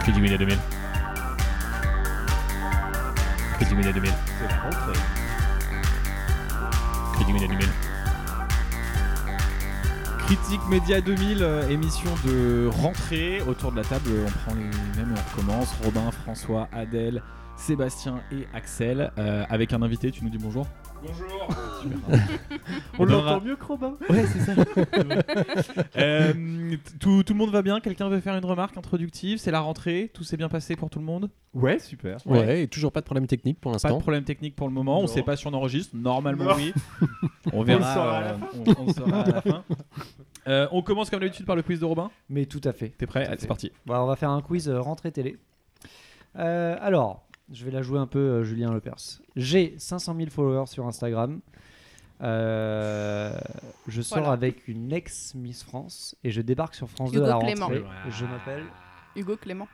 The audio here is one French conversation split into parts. Prix du Millet 2000. Prix du Millet 2000. C'est la rentrée. Prix du Millet 2000. Critique Média 2000, euh, émission de rentrée. Autour de la table, on prend les mêmes et on recommence. Robin, François, Adèle, Sébastien et Axel. Euh, avec un invité, tu nous dis bonjour Bonjour On On aura- l'entend mieux que Robin. Ouais, c'est ça. Euh, tout, tout le monde va bien Quelqu'un veut faire une remarque introductive C'est la rentrée Tout s'est bien passé pour tout le monde Ouais, super. Ouais, Ouais. et toujours pas de problème technique pour Pas de l'instant. problème technique pour le moment. On Non. sait pas si on enregistre. Normalement, Non. oui. On le verra. saura à la euh, on- on le saura à la fin. Euh, on commence comme d'habitude par le quiz de Robin. Mais tout à fait. T'es prêt Tout à Allez, C'est fait. parti. Bon, alors, on va faire un quiz euh, rentrée télé. Euh, alors, je vais la jouer un peu, euh, Julien Lepers. J'ai 500 000 followers sur Instagram. Euh, je sors Voilà. avec une ex Miss France et je débarque sur France 2 Hugo à la Clément. rentrée. Je m'appelle. Hugo Clément.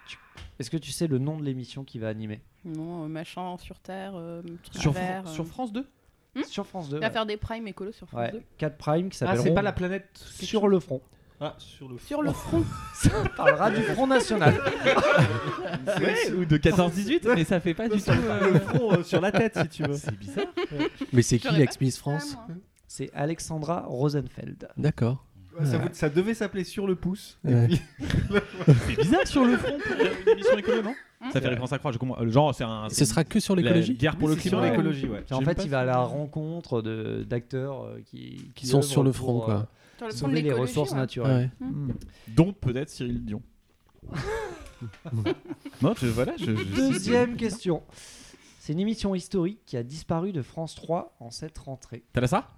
Est-ce que tu sais le nom de l'émission qui va animer Non, euh, machin sur Terre, euh, truc Sur, vert. Fran- euh. sur France 2 Hmm Sur France 2. Il va Ouais. faire des primes écolos sur France Ouais, 2. 4 Prime qui Ah, s'appelle c'est pas la planète. Sur le front. Ah, sur le. Sur le front. Ça parlera du Front National. Ouais, ou de 14-18, mais ça fait pas du tout. Le front euh, sur la tête, si tu veux. C'est bizarre. Mais c'est qui J'aurais l'ex Miss Ah, France moi. C'est Alexandra Rosenfeld. D'accord. Ça, vous- ça devait s'appeler sur le pouce. et Ouais. puis- C'est bizarre sur le front pour une émission écolo, non Mm. Hmm. Ça fait référence à croire. je comprends. Euh, Genre, c'est un. Ce sera que sur la l'écologie guerre pour Oui, le c'est sur climat. euh, l'écologie, ouais. en J'ai fait, pas il va à la fait- rencontre de- d'acteurs euh, qui, Qui sont œuvrent sur le pour, front, quoi. euh, Sur le front de sauver les l'écologie, hein. ressources ouais. naturelles. Ouais. Dont peut-être Cyril Dion. non, je, voilà, je, je- Deuxième question. C'est une émission historique qui a disparu de France 3 en cette rentrée. T'as la ça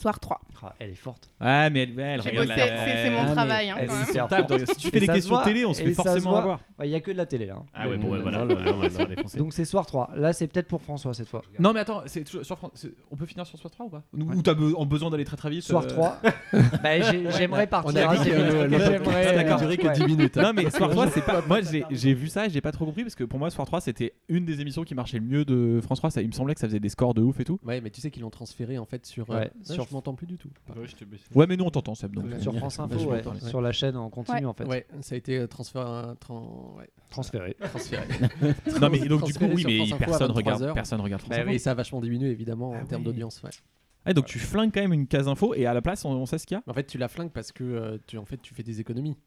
Soir 3. Ah, elle est forte. Ouais, mais elle, ouais, elle J'ai regarde. bossé, la- c'est- c'est mon Ah, mais- travail, hein, elle quand est même. sur table, donc si tu fais Et des ça se questions voit, télé, on se et fait ça se forcément voit. avoir. Il n'y a que de la télé là. hein. Ah ouais, Mais- bon, ouais, voilà. là, on va se faire défoncer. Donc c'est soir 3. Là, c'est peut-être pour François cette fois. Euh, Non, mais attends, c'est toujours sur Fran- c'est- on peut finir sur Soir 3 ou pas Ou ou t'as be- en besoin d'aller très très vite Soir euh, 3. Bah, j'ai- j'aimerais On partir. a hein, dit c'est que le le- truc que le j'aimerais, podcast n'a euh, duré que ouais. 10 minutes. Non mais Soir 3 c'est pas moi j'ai j'ai vu ça et j'ai pas trop compris parce que pour moi Soir 3 c'était une des émissions qui marchait le mieux de France 3 ça il me semblait que ça faisait des scores de ouf et tout. Ouais, mais tu sais qu'ils l'ont transféré en fait sur. Ouais, sur... sur- Je m'entends plus du tout. Ouais mais nous on t'entend Seb donc. euh, Ouais. Sur France Info, Ouais, ouais, je m'entends. sur la chaîne en continu en fait. Ouais, ça a été euh, transfert- tran- ouais, Transféré. transféré. Non mais donc du coup Transféré oui sur mais France Info personne à 23 regarde heures. personne regarde France Bah Info. oui, ça a vachement diminué évidemment en Ah termes oui. d'audience. ouais. Ah, donc tu flingues quand même une case info et à la place on, on sait ce qu'il y a. Mais En fait, tu la flingues parce que euh, tu, en fait, tu fais des économies.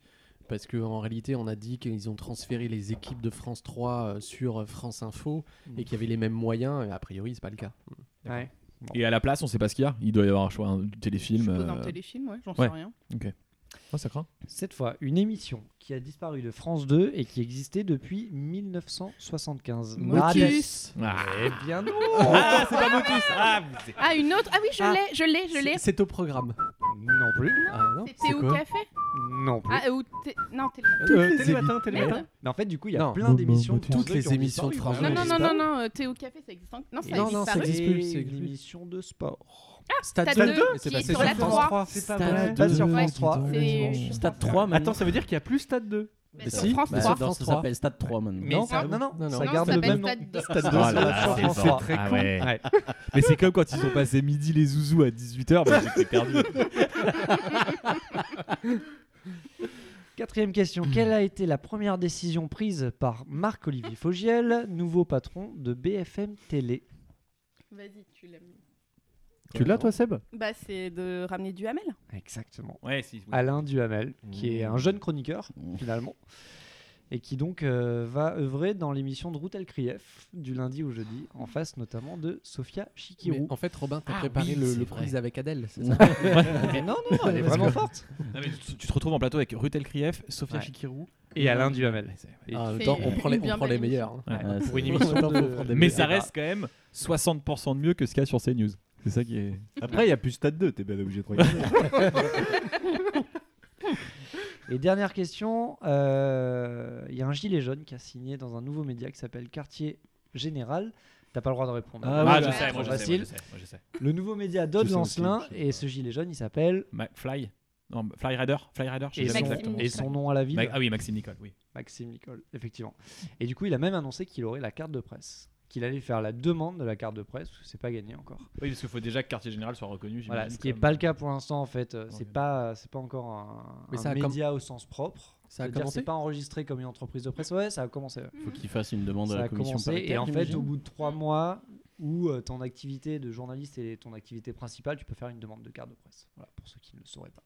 Parce que en réalité, on a dit qu'ils ont transféré les équipes de France 3 euh, sur euh, France Info et qu'il y avait les mêmes moyens. Et a priori, c'est pas le cas. Ouais. Et à la place on sait pas ce qu'il y a. Il doit y avoir un choix un Je téléfilm. suppose euh, un téléfilm, ouais, j'en ouais. sais rien. Oh, ça craint. Cette fois, une émission qui a disparu de France 2 et qui existait depuis 1975. Motus. Motus. Ah, Eh bien non Ah, c'est pas Motus. Ah, vous- c'est- Ah, une autre Ah oui, je Ah. l'ai, je l'ai, je l'ai. C'est- C'est au programme. Non plus. Euh, Ah non, C'était au quoi café Non plus. Ah, euh, ou thé- Non, télé. Euh, Télé matin, Zébi. télé matin. Merde. Mais en fait, du coup, il y a Non. plein d'émissions. de France toutes 2 les qui ont émissions de disparu. France Non, Ouais, non, je non, sais pas. non, non, euh, thé au café, ça existe. en- Non, ça Non, non, existe. ça pareil. existe. plus, ça C'est existe une plus. émission de sport. Ah, Stade Stade 2, 2, mais c'est qui pas- est c'est sur la France 3. C'est pas vrai. Stade Pas sur 2, France dis 3. donc. C'est- je sais pas. Stade 3 maintenant. Attends, ça veut dire qu'il n'y a plus Stade 2. Si, Mais sur France bah, 3. sur France ça 3. s'appelle Stade 3 maintenant. Non, ça- non, non, non, non, ça non, Non, garde ça le même s'appelle nom. Stade 2. Ah Stade 2 Oh Ah, sur là la là, France c'est France fort. 3. Ah ouais. Ouais. Mais c'est comme quand ils ont passé midi les zouzous à 18h, bah, j'étais perdu. Quatrième question. Quelle a été la première décision prise par Marc-Olivier Fogiel, nouveau patron de BFM Télé Vas-y, tu l'aimes. Tu l'as, toi, Seb Bah, c'est de ramener du Hamel. Exactement. Ouais, si. Alain Duhamel, qui est Mmh. un jeune chroniqueur, finalement, et qui donc euh, va œuvrer dans l'émission de Routel Krief, du lundi au jeudi, en face notamment de Sofia Mais Chikirou. en fait, Robin, t'as Ah préparé oui, le, c'est le vrai. quiz avec Adèle, c'est ça Non, non, non, elle est vraiment forte. tu, tu te retrouves en plateau avec Rutel Krief, Sophia Ouais. Chikirou. Et Alain Duhamel. Et- Ah, en même C'est temps, on prend les, une on bien prend les belle meilleurs. hein. Ouais. Ah, c'est- Pour une émission Autant de- vous prendre des Mais meilleurs. ça reste quand même 60% de mieux que ce qu'il y a sur CNews. C'est ça qui est. Après, il n'y a plus Stade 2, t'es bien obligé de regarder. Ah, Et dernière question, euh, il y a un gilet jaune qui a signé dans un nouveau média qui s'appelle Quartier Général. T'as pas le droit de répondre. Ah ouais, Ah, je sais, Trop moi, je facile. je sais. Le nouveau média Je Dodd sais aussi, Lancelin je sais et ce gilet jaune, il s'appelle Fly Non, Fly Rider Fly Rider, je et sais jamais son, exactement. et son nom à la ville, Ma- Ah oui, Maxime Nicole, oui. Maxime Nicole, effectivement. Et du coup, il a même annoncé qu'il aurait la carte de presse. qu'il allait faire la demande de la carte de presse, parce que c'est pas gagné encore. Oui, parce qu'il faut déjà que Quartier Général soit reconnu. Voilà, j'imagine, ce qui n'est comme- pas le cas pour l'instant en fait. Euh, C'est Ok. pas, c'est pas encore un, Mais un ça a comm- média au sens propre. Ça a C'est-à-dire, commencé C'est pas enregistré comme une entreprise de presse. Ouais, ça a commencé. ouais. faut qu'il fasse une demande à Ça la a commission commencé et paritaire, en fait, j'imagine. au bout de trois mois où euh, ton activité de journaliste est ton activité principale, tu peux faire une demande de carte de presse. Voilà, pour ceux qui ne le sauraient pas.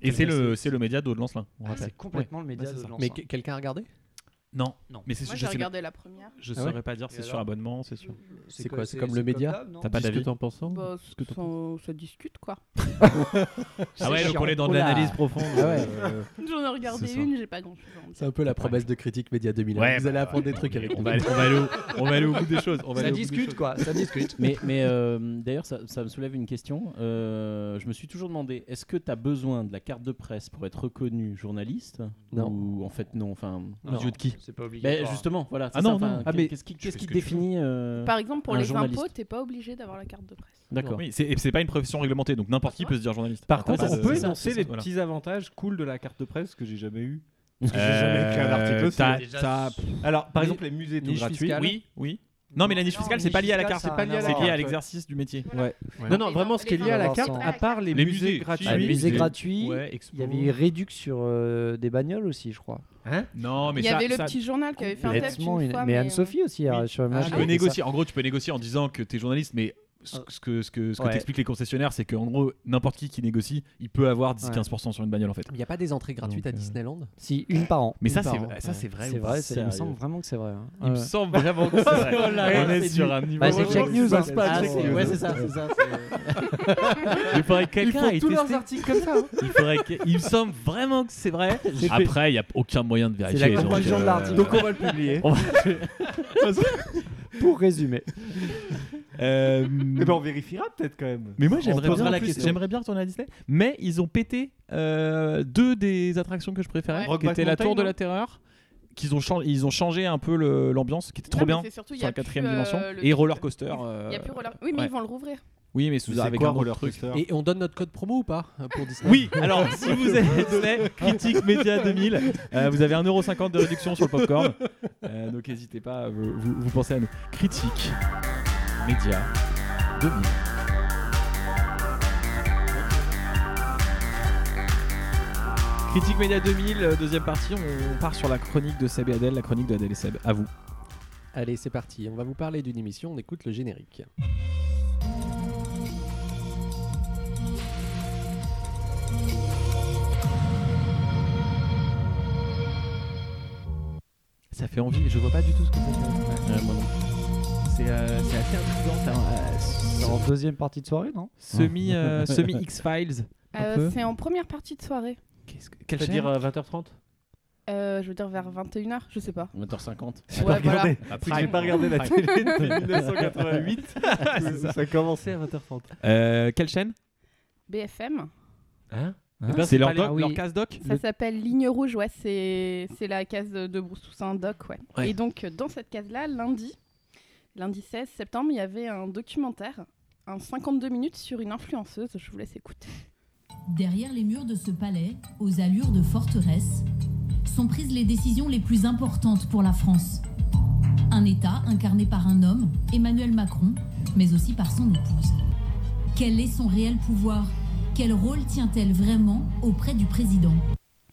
Et c'est le, c'est le média d'Aude Lancelin. on Ah, rappelle. c'est complètement le média Ouais, c'est de ça. l'ancien. Mais que- quelqu'un a regardé Non, Non. Mais c'est Moi, sûr, j'ai je sais- regardé la première. Je Ah ouais saurais pas dire, Et c'est sur alors abonnement, c'est sûr. C'est quoi, c'est comme le média d'hab, non T'as pas Dis ce d'avis que t'en penses hein Bah, ce que t'en ça, ça discute, quoi. C'est Ah ouais, donc chiant. on est dans de Oula. l'analyse profonde. ouais. euh, J'en ai regardé ça. une, j'ai pas grand-chose. à en dire. C'est un peu la promesse de critique média 2000. Ouais, Vous bah, allez apprendre des on trucs est- avec on nous. va, aller, on, va aller au, on va aller au bout des choses. On va Ça aller au bout des discute choses. quoi, ça discute. Mais, mais euh, d'ailleurs, ça, ça me soulève une question. Euh, je me suis toujours demandé, est-ce que tu as besoin de la carte de presse pour être reconnu journaliste Non. Ou en fait, non. Enfin, Non, aux yeux de qui C'est pas Ben, obligatoire. Justement, voilà. c'est Ah ça, non, enfin, non. qu'est- Ah, mais Qu'est-ce qui, je fais qu'est-ce qui ce que je définit euh, Par exemple, pour Un les journaliste. impôts, t'es pas obligé d'avoir la carte de presse. D'accord. Oui, c'est, et c'est pas une profession réglementée, donc n'importe qui peut se dire journaliste. Par contre, Ah, on c'est- peut c'est ça, énoncer c'est les ça, voilà. petits avantages cool de la carte de presse que j'ai jamais eu. Parce que j'ai jamais écrit un article aussi. Euh, t'as, Déjà, t'as- Alors, par Ni- exemple, les musées tout niche gratuits. fiscale. Oui, oui. Non, mais la niche Non, fiscale, niche c'est pas lié à la fiscale, carte. ça a c'est pas rien lié à la C'est voir. lié à carte, l'exercice du métier. Non, non, Les vraiment, in- ce qui est les lié à la infos carte, sans- à part les, Les musées musées, gratuits. Ah, Oui, le musée c'est- gratuit, Ouais, expo. il y avait réduc sur euh, des bagnoles aussi, je crois. Non, mais Il y ça- avait le ça- petit journal qui avait fait un test Complètement une une- fois. mais euh, Anne-Sophie aussi, oui. Ah. euh, sur Ah, image. Tu Ah, peux négocier. En gros, tu peux négocier en disant que t'es journaliste, mais ce, ce que, ce que, ce que Ouais. t'expliquent les concessionnaires, c'est qu'en gros, n'importe qui qui négocie, il peut avoir 10-15% sur une bagnole en fait. Il n'y a pas des entrées gratuites Donc, à euh, Disneyland Si, une par an. Mais ça, Une c'est par an, ça, ouais. c'est vrai. C'est ou vrai, pas c'est- il me sérieux. semble vraiment que c'est vrai. hein. Il me Ouais. semble vraiment que Oh c'est vrai. On ouais, est c'est sur du- un niveau. Bah, c'est check news, hein, c'est pas Ah, check c'est- news. ouais, c'est ça, c'est ça. c'est- Il faudrait que quelqu'un ait testé. articles comme ça. hein. Il faudrait que- Il me semble vraiment que c'est vrai. Après, il n'y a aucun moyen de vérifier. la donc, conclusion de euh, l'article. Donc, on va le publier. on va- Pour résumer, Euh, Eh ben, on vérifiera peut-être quand même. Mais moi j'aimerais j'aimerais posera bien, bien, en la plus, question. j'aimerais bien retourner à Disney. Mais ils ont pété euh, deux des attractions que je préférais, Ouais. qui étaient Brokeback la tour Mountain, de la terreur, qu'ils ont changé, ils ont changé un peu le- l'ambiance, qui était trop euh, non, bien mais c'est surtout, il y sur a la quatrième plus, euh, dimension, le et truc- roller coaster. euh, Il y a plus roller. Oui, mais ouais. ils vont le rouvrir. Oui, mais sous C'est avec quoi, un autre roller truc. coaster Et on donne notre code promo ou pas euh, pour Disney Oui, alors si vous êtes Disney, critique média 2000, euh, vous avez 1,50€ de réduction sur le popcorn. Euh, donc n'hésitez pas, vous, vous- vous pensez à nous. Critique média 2000. Critique Média 2000, euh, deuxième partie, on part sur la chronique de Seb et Adèle, la chronique de Adèle et Seb, à vous. Allez, c'est parti. On va vous parler d'une émission. On écoute le générique. Ça fait envie, je vois pas du tout ce que ça fait. Ouais, moi non. C'est euh, c'est assez intriguant, ça, euh, c'est en ce- deuxième partie de soirée, non semi, euh, semi X-Files. Un Euh, peu. c'est en première partie de soirée. Qu'est-ce que- Quelle chaîne C'est-à-dire euh, 20h30 Euh, je veux dire vers 21h, je sais pas. 20h50. J'ai pas Ouais, voilà. regardé. C'est que J'ai pas regardé la télé depuis 1988. ça. a commencé à 20h30. Euh, quelle chaîne BFM. C'est leur, pas les- doc, Ah oui. leur casse doc Ça s'appelle Ligne Rouge, ouais, c'est c'est la case de de Bruce Toussaint Doc, ouais. Ouais. Et donc, euh, dans cette case-là, lundi, lundi 16 septembre, il y avait un documentaire, un 52 minutes sur une influenceuse, je vous laisse écouter. Derrière les murs de ce palais, aux allures de forteresse, sont prises les décisions les plus importantes pour la France. Un État incarné par un homme, Emmanuel Macron, mais aussi par son épouse. Quel est son réel pouvoir Quel rôle tient-elle vraiment auprès du président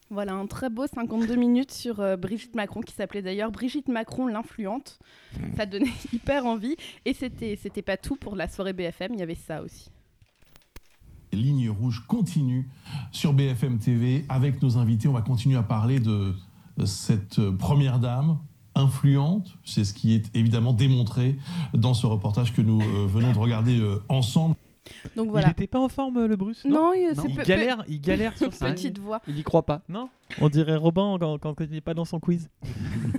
Voilà, un très beau 52 minutes sur euh, Brigitte Macron, qui s'appelait d'ailleurs Brigitte Macron l'influente. Hmm. Ça donnait hyper envie. Et c'était c'était pas tout pour la soirée BFM, il y avait ça aussi. Ligne rouge continue sur BFM TV. Avec nos invités, on va continuer à parler de cette euh, première dame influente. C'est ce qui est évidemment démontré dans ce reportage que nous euh, venons de regarder euh, ensemble. Donc voilà. était pas en forme, euh, le Bruce Non, il- Non. c'est il, pe- pe- galère, il galère sur ça. petite voix. Il y croit pas. On dirait Robin quand, il n'est pas dans son quiz.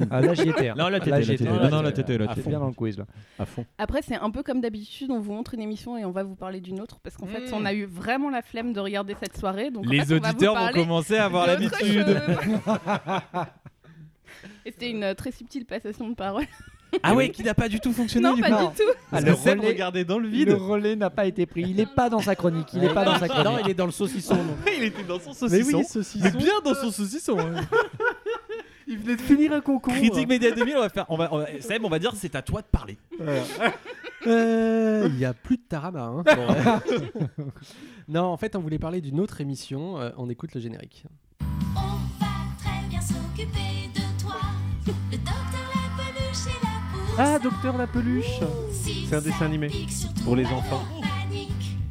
Ah, là, j'y étais. hein. Non, là, t'étais, Là, là, j'y t'étais. étais. Non, non, là, t'étais, là, Ah, t'étais. c'est bien dans le quiz là. À fond. Après, c'est un peu comme d'habitude, on vous montre une émission et on va vous parler d'une autre parce qu'en fait, on a eu vraiment la flemme de regarder cette soirée. Donc en fait, Les on va vous auditeurs vont parler commencer à avoir de autre l'habitude. chose. et c'était une euh, très subtile passation de parole. Ah ouais, qui n'a pas du tout fonctionné non, du pas coup. du tout. Ah, Parce le que Seb relais- regardait dans le Le vide. relais n'a pas été pris. Il est pas dans sa chronique. Il Ah, est pas dans sa Non, chronique. il est dans le saucisson. non Il était dans son saucisson. saucisson. Mais bien dans son saucisson. hein. Il venait de finir un concours. Critique Média 2000, on va faire. On va, on va- Seb, on va dire c'est à toi de parler. Euh, Il n'y a plus de tarama. hein. Bon. non, en fait, on voulait parler d'une autre émission. euh, on écoute le générique. On va très bien s'occuper de toi. Le docteur la peluche et la pousse. Ah, Docteur la peluche. Si c'est un ça dessin animé pique, surtout pour les pas enfants. panique.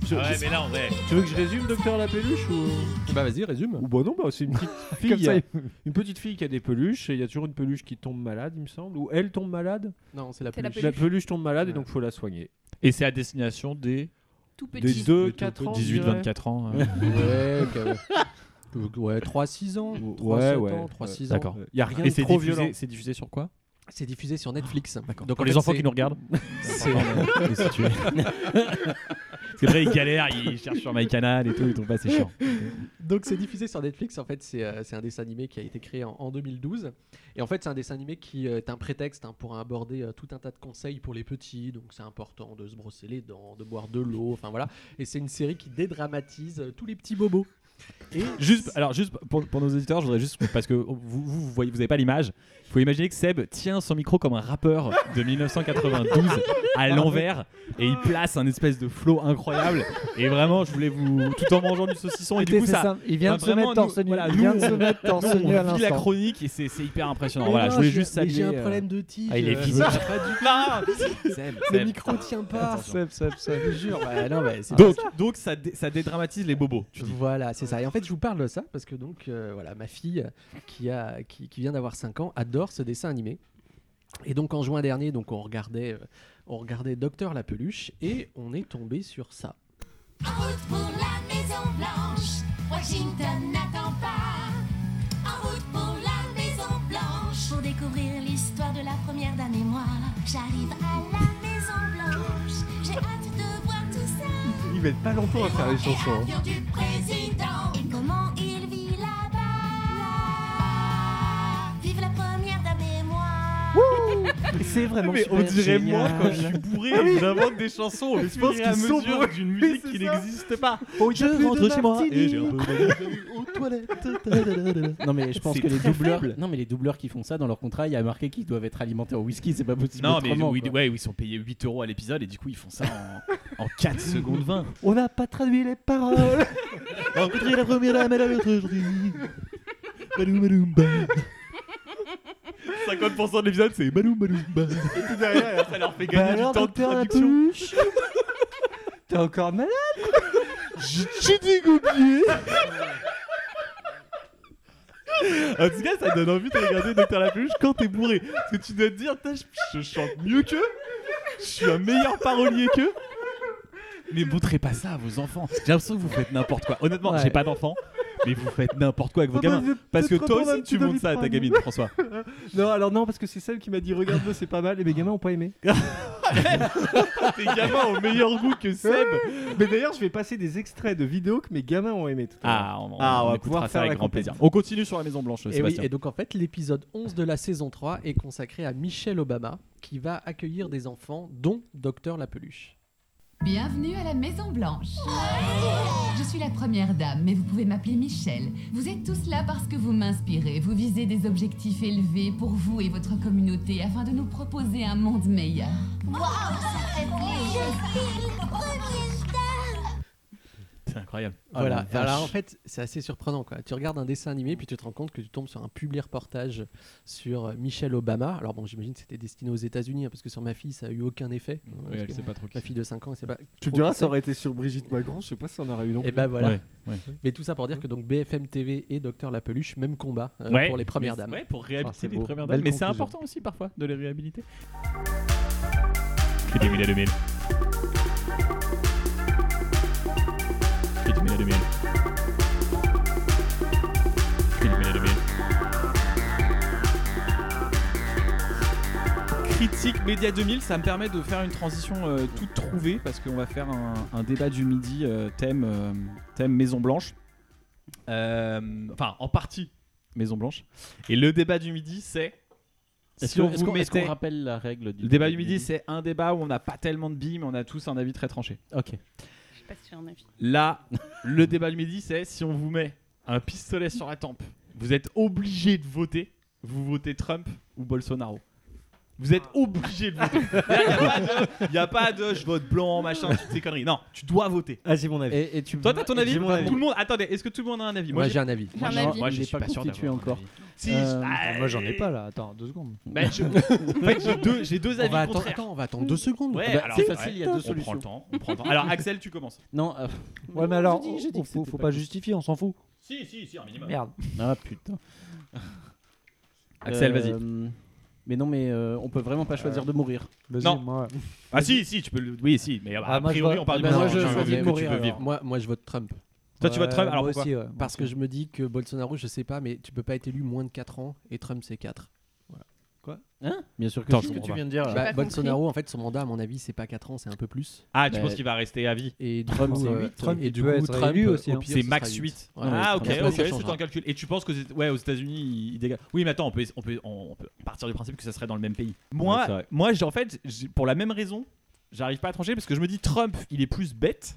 Je- Ouais, mais là, on est. Tu veux que je résume Docteur la peluche ou Bah, vas-y, résume. Ou bah non, bah, c'est une petite Comme fille, ça, il- une petite fille qui a des peluches et il y a toujours une peluche qui tombe malade, il me semble, ou elle tombe malade. Non, c'est la C'est la peluche. La peluche tombe malade et donc faut la soigner. Et c'est à destination des Tout Des petit. 2 4 ans, je dirais. 18-24 ans. euh, Ouais, ok, ouais. ouais 3-6 ans. Ouais, 3, ouais. ans, 3, Ouais. 6 ans. D'accord. Il y a rien Et de c'est trop diffusé- violent. C'est diffusé sur quoi C'est diffusé sur Netflix. Donc en les fait, enfants c'est- qui nous regardent. C'est C'est vrai, ils galèrent, ils cherchent sur MyCanal et tout, ils trouvent pas, c'est chiant. Donc c'est diffusé sur Netflix, en fait c'est euh, c'est un dessin animé qui a été créé en, en 2012. Et en fait c'est un dessin animé qui euh, est un prétexte hein, pour aborder euh, tout un tas de conseils pour les petits. Donc c'est important de se brosser les dents, de boire de l'eau, enfin voilà. Et c'est une série qui dédramatise euh, tous les petits bobos. Et Juste, alors, juste pour, pour nos auditeurs, je voudrais juste, parce que vous, vous, vous voyez, vous avez pas l'image, il faut imaginer que Seb tient son micro comme un rappeur de 1992 à l'envers et il place un espèce de flow incroyable. Et vraiment, je voulais vous. tout en mangeant du saucisson, et du coup, Écoutez, c'est ça. simple, Ah, Il Ah, vient de enfin, se vraiment, mettre torse nous- nu. voilà, il nous, vient de on- se mettre torse nous, nu à on vit la l'instant. chronique et c'est c'est hyper impressionnant. Mais Voilà, non, je voulais juste mais J'ai un saluer, euh, problème de tige. Ah, il est euh, vif. ça va pas du tout. Seb, Le Seb. micro tient pas. Attention. Ah, Seb, Seb, Seb. Je te jure. Bah, non, bah, c'est Donc, donc ça, dé- ça dédramatise les bobos, tu dis. Voilà, c'est ça. Et en fait, je vous parle de ça parce que donc euh, voilà, ma fille euh, qui a qui, qui vient d'avoir 5 ans adore ce dessin animé. Et donc en juin dernier, donc on regardait euh, on regardait Docteur la peluche et on est tombé sur ça. En route pour la Maison Blanche, Washington n'attend pas. En route pour la Maison Blanche, pour découvrir l'histoire de la première dame et moi. J'arrive à la Maison Blanche, j'ai hâte de voir tout ça. Ils mettent pas longtemps à faire les chansons. Et avion du président, et comment il vit là-bas. Vive la première dame et moi. C'est vraiment Mais super on dirait moi Ah, génial. quand je suis bourré, j'invente des chansons au fur et à mesure d'une musique qui n'existe pas. Je rentre chez moi. Et j'ai un peu- Non mais je pense C'est que les très doubleurs, faible. non mais les doubleurs qui font ça dans leur contrat, il y a marqué qu'ils doivent être alimentés en whisky, c'est pas possible Non, mais autrement. oui, quoi. ouais, ils sont payés 8 euros à l'épisode et du coup ils font ça en, en 4 secondes 20. On n'a pas traduit les paroles. Rencontrer la première dame à l'autre aujourd'hui. 50% de l'épisode c'est Balou Baloumba. Et tout derrière, ça leur fait Bah gagner alors, du temps de docteur la traduction. peluche. T'es encore malade En tout cas, ça donne envie de regarder Docteur la peluche quand t'es bourré. Parce que tu dois te dire, Putain, je, je chante mieux qu'eux, je suis un meilleur parolier qu'eux. Mais montrez pas ça à vos enfants. J'ai l'impression que vous faites n'importe quoi. Honnêtement, Ouais. j'ai pas d'enfants, mais vous faites n'importe quoi avec vos gamins. Parce que toi aussi, tu montes ça à ta gamine, François. Non, alors non, parce que c'est celle qui m'a dit regarde-le, c'est pas mal, et mes gamins ont pas aimé. Tes gamins ont meilleur goût que Seb. Mais d'ailleurs, je vais passer des extraits de vidéos que mes gamins ont aimé tout à Ah, Ah, on, on on va écoutera pouvoir ça faire avec la grand compète. plaisir. On continue sur Eh la Maison Blanche, Et, oui, Sébastien. et donc en fait, l'épisode 11 de la saison 3 est consacré à Michelle Obama qui va accueillir des enfants dont Docteur la peluche. Bienvenue à la Maison Blanche. Je suis la première dame, mais vous pouvez m'appeler Michel. Vous êtes tous là parce que vous m'inspirez. Vous visez des objectifs élevés pour vous et votre communauté afin de nous proposer un monde meilleur. C'est incroyable. voilà. Alors en fait, c'est assez surprenant quoi. Tu regardes un dessin animé puis tu te rends compte que tu tombes sur un public reportage sur euh, Michelle Obama. Alors bon, j'imagine que c'était destiné aux États-Unis hein, parce que sur ma fille, ça a eu aucun effet. hein, parce que pas trop ma fille de 5 ans, elle sait pas. Tu me diras, ça aurait été sur Brigitte Macron, je sais pas si on aurait eu non. Et ben voilà. Ouais, ouais. Mais tout ça pour dire que donc BFM TV et Docteur La Peluche, même combat euh, pour les premières dames. Ouais, Ah, pour c'est réhabiliter les beau. premières dames. Belle Mais c'est conclusion. important aussi parfois de les réhabiliter. Critique Média 2000. Critique Média 2000. Critique Média 2000. Critique Média 2000, ça me permet de faire une transition euh, toute trouvée parce qu'on va faire un, un débat du midi euh, thème, euh, thème Maison Blanche. Euh, enfin, en partie Maison Blanche. Et le débat du midi, c'est. Est-ce Si que- on est-ce vous qu'on est-ce qu'on mettait- rappelle la règle du Le débat du midi, c'est un débat où on n'a pas tellement de billes, mais on a tous un avis très tranché. Ok. Je sais pas si j'ai un avis. Là, le débat du midi, c'est si on vous met un pistolet sur la tempe, vous êtes obligé de voter vous votez Trump ou Bolsonaro. Vous êtes obligé de voter. Il n'y a, pas de je vote blanc, machin, toutes ces conneries. Non, tu dois voter. Ah, c'est mon avis. Et, et tu Toi, t'as ton avis, J'ai mon avis. Tout le monde. Attendez, est-ce que tout le monde a un avis Moi, j'ai- j'ai un avis. J'ai un Non, avis. moi, je Moi, je suis suis pas pas sûr constitué d'avoir un encore. avis. Si, Euh, ah, Moi, j'en ai pas là. Attends, deux secondes. bah, je- En fait, j'ai deux, j'ai deux On avis va attendre, contraires. attends, on va attendre deux secondes. Eh ben, Ouais, Ah bah, alors, c'est ouais, facile, il y a deux on prend solutions. le temps, on prend le temps. Alors, Axel, tu commences. Non, euh, Ouais, mais alors, j'ai dit- j'ai dit oh, que faut, c'était faut pas pas possible. justifier, on s'en fout. Si, si, si, un minimum. Euh, Merde. ah putain. Axel, vas-y. vas-y. Euh, Mais non, mais euh, on peut vraiment pas choisir de mourir. Vas-y, Non. moi. Ah, si, si, tu peux. le- Oui, si, mais bah, Ah, a moi, je priori, vois- on parle de bah, moi, Bolsonaro, je tu choisis peux de vivre, mourir, tu peux alors. vivre. Moi, moi, je vote Trump. Toi, tu Ouais, votes Trump, alors moi pourquoi aussi, ouais. Parce que je me dis que Bolsonaro, je sais pas, mais tu peux pas être élu moins de 4 ans et Trump, c'est 4. Hein Bien sûr que Attends, si, je ce que tu comprends viens de dire. là. J'ai pas Bah, Bolsonaro, en fait, son mandat, à mon avis, c'est pas 4 ans, c'est un peu plus. Ah, tu Bah, penses qu'il va rester à vie Et du Trump, coup, c'est euh, huit. Trump, et il du peut coup, être Trump, élu euh, aussi, au hein. pire, C'est ce max sera 8. Ouais, ah, ouais, ok, après, ça ok, c'est changera. un calcul. Et tu penses que ouais, aux États-Unis, ils dégagent. Oui, mais attends, on peut, on peut, on, on peut partir du principe que ça serait dans le même pays. Ouais, Moi, c'est vrai. moi j'ai- en fait, j'ai- pour la même raison, j'arrive pas à trancher parce que je me dis Trump, il est plus bête.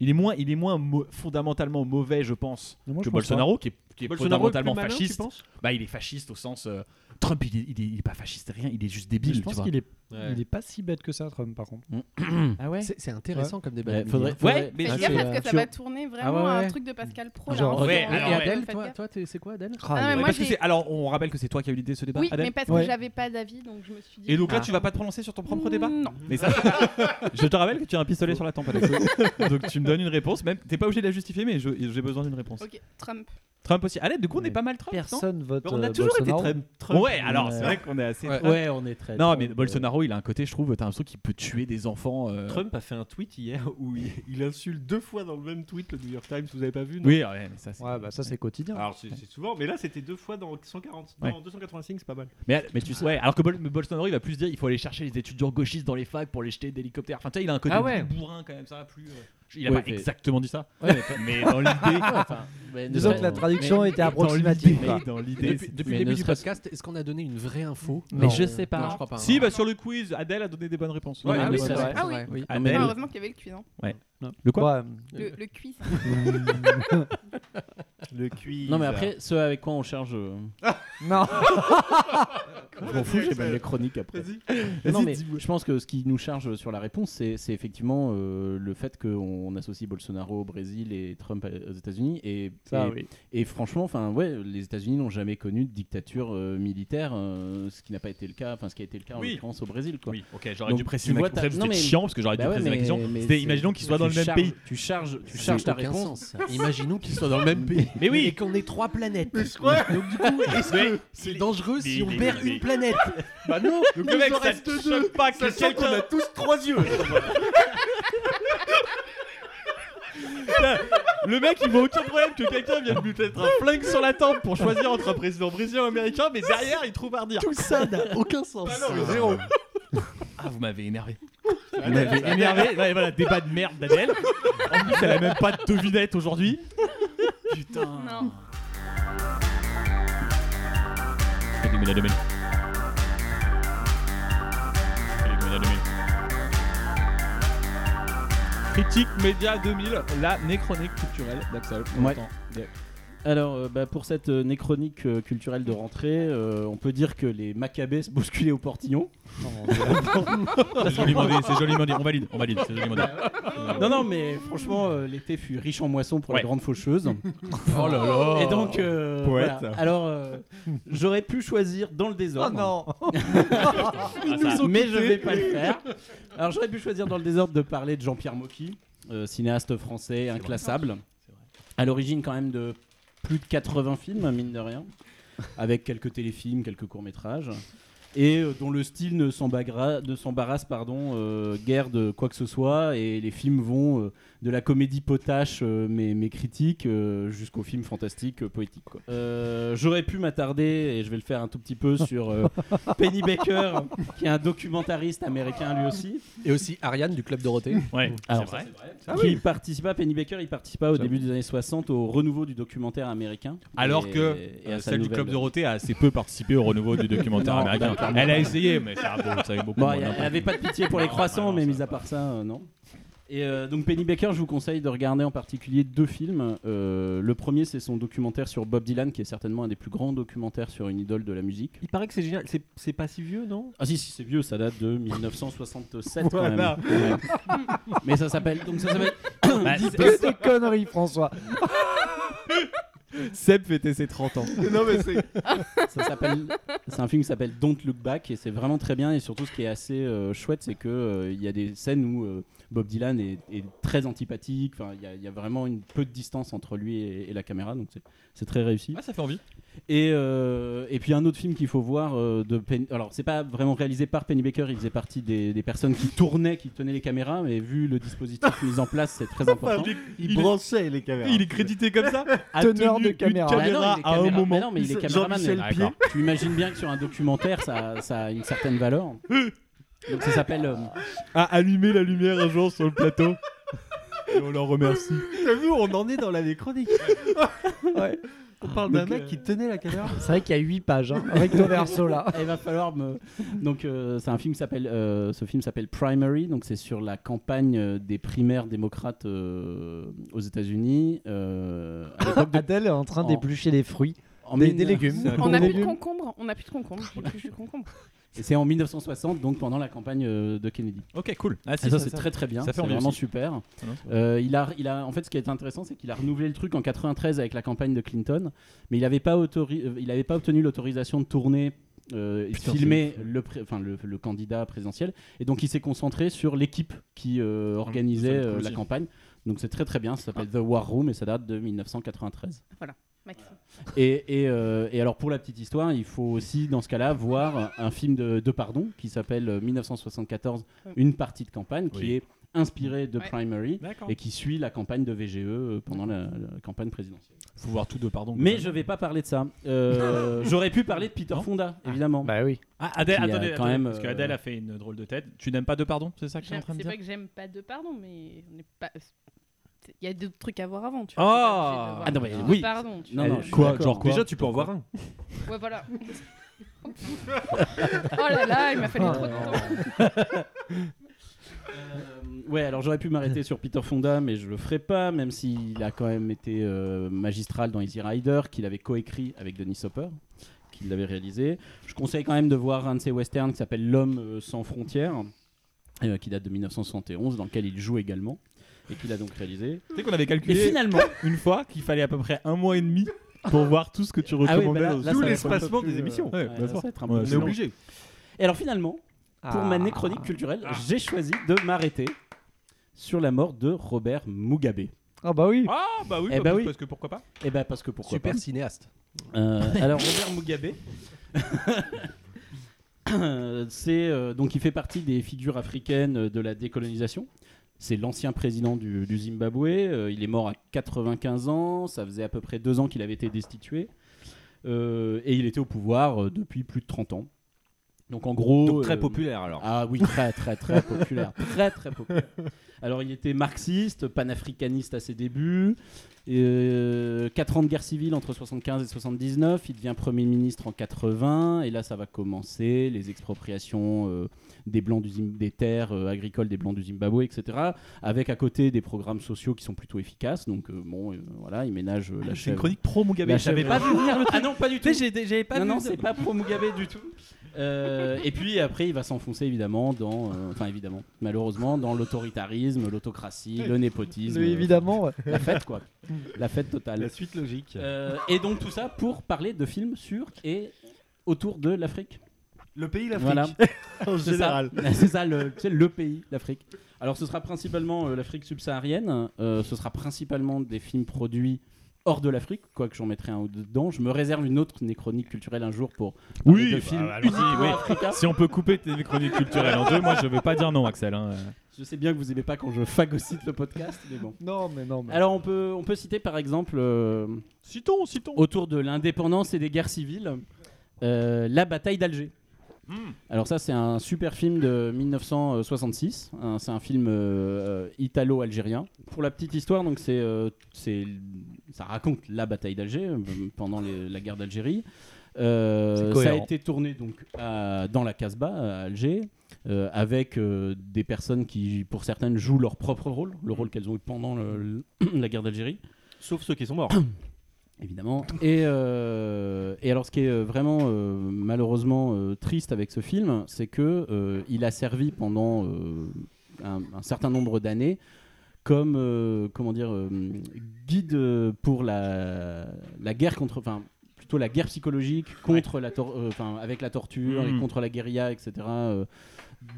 Il est moins, il est moins mo- fondamentalement mauvais, je pense, Mais moi, que je pense Bolsonaro, qui est, qui est Bolsonaro est plus fondamentalement malin, tu fasciste. penses Bah, il est fasciste au sens. euh, Trump, il est, il, est, il est pas fasciste, rien, il est juste débile. je tu pense vois. qu'il est, Ouais. il est pas si bête que ça, Trump, par contre. Ah ouais C'est c'est intéressant comme débat. Ouais, Emily, faudrait, hein. faudrait- mais Fais Ah, gaffe tu- parce que ça tu- va tourner vraiment Ah ouais, à ouais. un truc de Pascal Pro. là, Genre, hein, ouais, vraiment. alors, Et ouais. Adèle, Faites toi, gaffe. toi, t'es- c'est quoi Adèle Ah, Ah, mais- mais Ouais, moi, parce que j'ai- c'est- Alors, on rappelle que c'est toi qui as eu l'idée de ce débat, Oui, Adèle. mais parce Ouais. que j'avais pas d'avis, donc je me suis dit. Et donc là, Ah. tu vas pas te prononcer sur ton propre débat Non. Mais ça, je te rappelle que tu as un pistolet sur la tempe. Alex. Donc tu me donnes une réponse. Même, t'es pas obligé de la justifier, mais je- j'ai besoin d'une réponse. Ok, Trump. Trump aussi. Allez, du coup, on Mais est pas mal Trump. non Personne vote. on a euh, toujours Bolsonaro. été Trump. euh, Ouais, alors c'est Ouais. vrai qu'on est assez. Ouais. Ouais, on est très. Non, mais euh, Bolsonaro, il a un côté, je trouve, t'as l'impression qu'il peut tuer des enfants. euh, Trump a fait un tweet hier où il, il insulte deux fois dans le même tweet le New York Times, vous avez pas vu non Oui, ouais, mais ça. c'est- Ouais, bah ça, c'est quotidien. Alors c'est c'est souvent, mais là c'était deux fois dans, 140, Ouais. dans 285, c'est pas mal. Mais, mais tu sais, ouais, alors que Bol- mais Bolsonaro, il va plus dire, il faut aller chercher les étudiants gauchistes dans les facs pour les jeter d'hélicoptères. Enfin, tu sais, il a un côté Ah ouais. bourrin quand même, ça va plus. euh, Il a pas Ouais, mais- exactement dit ça, ouais, mais mais- dans l'idée. enfin, mais ne Disons serait- que la traduction mais- était dans approximative. l'idée. quoi. mais Dans l'idée. Depuis c'est- depuis mais le ne début du serait-ce- podcast, est-ce qu'on a donné une vraie info Mais Non. je sais pas. Non, je crois pas. Si, hein. bah sur le quiz, Adèle a donné des bonnes réponses. Ouais, Ah Ah oui, oui, c'est c'est vrai. vrai. c'est vrai, oui. Adèle. Ah, heureusement qu'il y avait le cuisant. Le quoi Ouais. Le, le cuisant. Le cuir. Non, mais après, ce avec quoi on charge. euh, Non. Je m'en fous, j'ai pas les chroniques après. Non, Vas-y, mais dis-moi. je pense que ce qui nous charge sur la réponse, c'est c'est effectivement euh, le fait qu'on associe Bolsonaro au Brésil et Trump à- aux États-Unis. Et, Ça, et, oui. et franchement, enfin, ouais, les États-Unis n'ont jamais connu de dictature euh, militaire, euh, ce qui n'a pas été le cas, enfin, ce qui a été le cas en Oui. l'occurrence au Brésil, quoi. Oui, ok, j'aurais Donc, dû tu préciser vois, ma t'as- question. non, C'était mais- chiant parce que j'aurais dû Bah ouais, préciser la mais- question. mais C'était c'est- imaginons qu'ils soient tu dans le même charges- pays. Tu charges, tu Ça charges n'a ta aucun réponse. sens. Imaginons qu'il soit dans le même pays. Mais oui. Et qu'on ait trois planètes. quoi Donc du coup, est-ce que Mais- c'est mais- dangereux si mais- on mais- perd mais- une planète Bah non, il le nous mec, en ça reste te deux. choque pas que Sachant qu'on a quelqu'un. tous trois yeux. Le mec, il voit aucun problème que quelqu'un vienne lui mettre un flingue sur la tempe pour choisir entre un président brésilien ou américain, mais derrière, il trouve à redire. Tout ça n'a aucun sens. zéro. Ah, vous m'avez énervé. Vous m'avez énervé. Ouais, voilà, débat de merde d'Adèle. En plus, elle a même pas de devinette aujourd'hui. Putain. Non. Élimine la domaine. Élimine la domaine. Critique Média 2000, la néchronique culturelle d'Axel. Ouais. Alors, euh, bah, pour cette euh, néchronique euh, culturelle de rentrée, euh, on peut dire que les Maccabées se bousculaient au portillon. C'est joliment dit, c'est joliment dit. On valide, on valide, c'est joliment dit. Non, non, mais franchement, euh, l'été fut riche en moissons pour Ouais. les grandes faucheuses. Oh là là. Et donc, euh, Poète. voilà. alors, euh, j'aurais pu choisir dans le désordre. Oh Ah, mais je vais pas le faire. Alors, j'aurais pu choisir dans le désordre de parler de Jean-Pierre Mocky, euh, cinéaste français inclassable. À l'origine, quand même, de plus de 80 films, mine de rien, avec quelques téléfilms, quelques courts-métrages. Et euh, dont le style ne s'embagra- ne s'embarrasse pardon euh, guère de quoi que ce soit et les films vont euh, de la comédie potache euh, mais, mais critique euh, jusqu'au film fantastique euh, poétique quoi. Euh, j'aurais pu m'attarder et je vais le faire un tout petit peu sur euh, Penny Baker qui est un documentariste américain lui aussi Et aussi Ariane du Club Dorothée. Ouais, Alors, c'est vrai. Ah qui participa Penny Baker il participa au début des années 60 au renouveau du documentaire américain Alors Et- que et à euh, sa celle du nouvelle- Club Dorothée a assez peu participé au renouveau du documentaire Non, américain. bah, clairement. Elle a Ah, essayé, mais ça a ça a eu beaucoup hein. Bon, moins elle d'impact. elle avait pas de pitié pour les Non, bah croissants, non, mais ça mis va. à part ça, euh, non. Et euh, donc Penny Baker, je vous conseille de regarder en particulier deux films. Euh, le premier, c'est son documentaire sur Bob Dylan, qui est certainement un des plus grands documentaires sur une idole de la musique. Il paraît que c'est génial. C'est- C'est pas si vieux, non Ah si, si c'est vieux, ça date de 1967 Voilà. quand même. Ouais. Mais ça s'appelle donc ça s'appelle. Bah, c'est- Que des conneries, François. Seb fêtait ses 30 ans. Non, mais c'est. ça s'appelle c'est un film qui s'appelle Don't Look Back et c'est vraiment très bien et surtout ce qui est assez euh, chouette c'est que euh, il y a des scènes où euh, Bob Dylan est, est très antipathique enfin il y a- il y, a vraiment une peu de distance entre lui et, et la caméra donc c'est- c'est très réussi Ah, ça fait envie. et, euh, et puis un autre film qu'il faut voir euh, de Penny. Alors c'est pas vraiment réalisé par Penny Baker, il faisait partie des, des personnes qui tournaient, qui tenaient les caméras, mais vu le dispositif mis en place, c'est très important. Il, Il- branchait les caméras. Il est crédité comme ça A Teneur tenu de une caméra. caméra caméra à un moment. non, mais il est caméraman. Jean-Michel Ah, mais- Pied. D'accord. Tu imagines bien que sur un documentaire, ça, ça a une certaine valeur. Donc ça s'appelle. euh, À allumer la lumière un jour sur le plateau. Et on leur remercie. T'as vu, on en est dans l'année chronique. Ouais. On parle d'un mec qui tenait la caméra. C'est vrai qu'il y a 8 pages hein, avec ton verso là. il va falloir me. Donc euh, c'est un film qui s'appelle. euh, ce film s'appelle Primary. Donc c'est sur la campagne euh, des primaires démocrates euh, aux États-Unis. euh, à l'époque de- Adèle est en train d'éplucher des fruits, en des, mille- des légumes. On n'a Des plus de légumes. concombre, on n'a plus de concombre, j'ai plus de concombre. Et C'est en 1960, donc pendant la campagne euh, de Kennedy. Ok, cool. Ah, Et ça, c'est très très bien. Ça fait C'est envie vraiment aussi. super. Ah non, Euh, il a, il a, en fait, ce qui est intéressant, c'est qu'il a renouvelé le truc en 93 avec la campagne de Clinton, mais il n'avait pas, autori- euh, il avait pas obtenu l'autorisation de tourner. euh, et de Putain, filmer le, pré- enfin, le, le candidat présidentiel et donc il s'est concentré sur l'équipe qui euh, organisait ça me euh, coule la aussi. campagne donc c'est très très bien ça s'appelle The War Room et ça date de 1993 Maxime. et, et, euh, et alors pour la petite histoire, il faut aussi dans ce cas-là voir un film de, de pardon qui s'appelle euh, 1974, une partie de campagne qui Oui. est inspirée de Ouais. Primary D'accord. et qui suit la campagne de VGE euh, pendant la, la campagne présidentielle. Faut voir tout de pardon. Mais je vais pas parler de ça. Euh, J'aurais pu parler de Peter Fonda, évidemment. Bah oui. Ah, Adèle, Qui a attendez, quand attendez, même, parce que euh, Adèle a fait une drôle de tête. Tu n'aimes pas de pardon, c'est ça que tu es en J'aime- train de C'est dire pas que j'aime pas de pardon, mais on n'est pas. euh, c'est- Il y a d'autres trucs à voir avant, tu Oh. vois. t'es pas obligé de voir Ah non, mais de oui. Pardon, tu Non, vois. non, je suis Quoi d'accord. Genre quoi Déjà, tu peux en voir un. Ouais, voilà. oh là là, il m'a fallu trop de temps. Euh, ouais, alors j'aurais pu m'arrêter sur Peter Fonda, mais je le ferai pas, même s'il a quand même été euh, magistral dans Easy Rider, qu'il avait coécrit avec Denis Hopper, qu'il l'avait réalisé. Je conseille quand même de voir un de ses westerns qui s'appelle L'homme euh, sans frontières, euh, qui date de 1971, dans lequel il joue également, et qu'il a donc réalisé. Tu sais qu'on avait Et calculé finalement, une fois qu'il fallait à peu près un mois et demi. Pour voir tout ce que tu Ah oui, recommandais. bah là- aux- là, Tout ça va l'espace- être un peu espacement plus, des euh, émissions. ouais, Ouais, ça d'accord. va être un Ouais, peu plus c'est On est long. obligé. Et alors finalement, pour ma néchronique Ah. culturelle, j'ai choisi de m'arrêter sur la mort de Robert Mugabe. Ah bah oui. Ah bah oui, Eh bah parce- oui. parce que pourquoi pas Et ben parce que pourquoi Super pas. cinéaste. Euh, alors Robert Mugabe, euh, c'est euh, donc il fait partie des figures africaines euh, de la décolonisation. C'est l'ancien président du, du Zimbabwe. euh, il est mort à 95 ans. Ça faisait à peu près deux ans qu'il avait été destitué. Euh, et il était au pouvoir euh, depuis plus de 30 ans. Donc en gros, Donc très euh, populaire alors. ah oui, très très très populaire. Très très populaire. Alors il était marxiste, panafricaniste à ses débuts. 4 ans de guerre civile entre 75 et 79. Il devient Premier ministre en 80. Et là, ça va commencer les expropriations euh, des, blancs du Zim- des terres euh, agricoles des Blancs du Zimbabwe, etc. Avec à côté des programmes sociaux qui sont plutôt efficaces. Donc euh, bon, euh, voilà, il ménage euh, la Ah, C'est une chèvre. chronique pro Mugabe. La Eh ben, J'avais chèvre. pas vu venir le truc. Ah non, pas du tout. J'avais pas non, vu non, ça. c'est pas pro Mugabe du tout. Euh, et puis après, il va s'enfoncer évidemment dans, euh, enfin évidemment, malheureusement, dans l'autoritarisme, l'autocratie, le népotisme, Mais évidemment. ouais. la fête quoi, la fête totale. suite logique. Euh, et donc tout ça pour parler de films sur et autour de l'Afrique. Le pays, l'Afrique. Voilà, En c'est ça, général. c'est ça le, c'est le pays, l'Afrique. Alors ce sera principalement euh, l'Afrique subsaharienne, euh, ce sera principalement des films produits hors de l'Afrique, quoique j'en mettrai un ou deux dedans. Je me réserve une autre chronique culturelle un jour pour parler Oui, de bah, films allons-y, uniquement oui. africains. Si on peut couper tes chroniques culturelles en deux, moi je veux pas dire non, Axel. hein. Je sais bien que vous aimez pas quand je phagocyte le podcast, mais bon. Non mais non. Mais... Alors on peut, on peut citer par exemple euh, Citons, citons. autour de l'indépendance et des guerres civiles euh, la bataille d'Alger. Alors ça c'est un super film de 1966, hein, c'est un film euh, euh, italo-algérien. Pour la petite histoire, donc c'est, euh, c'est- ça raconte la bataille d'Alger euh, pendant les- la guerre d'Algérie. Euh, C'est ça a cohérent. été tourné donc à- dans la Casbah, à Alger, euh, avec euh, des personnes qui, pour certaines, jouent leur propre rôle, le rôle qu'elles ont eu pendant le- la guerre d'Algérie Sauf ceux qui sont morts. évidemment. Et, euh, et alors, ce qui est euh, vraiment euh, malheureusement euh, triste avec ce film, c'est que euh, il a servi pendant euh, un, un certain nombre d'années comme euh, comment dire euh, guide euh, pour la, la guerre contre, enfin plutôt la guerre psychologique contre la, tor- euh, enfin avec la torture et Mhm. contre la guérilla, etc. euh,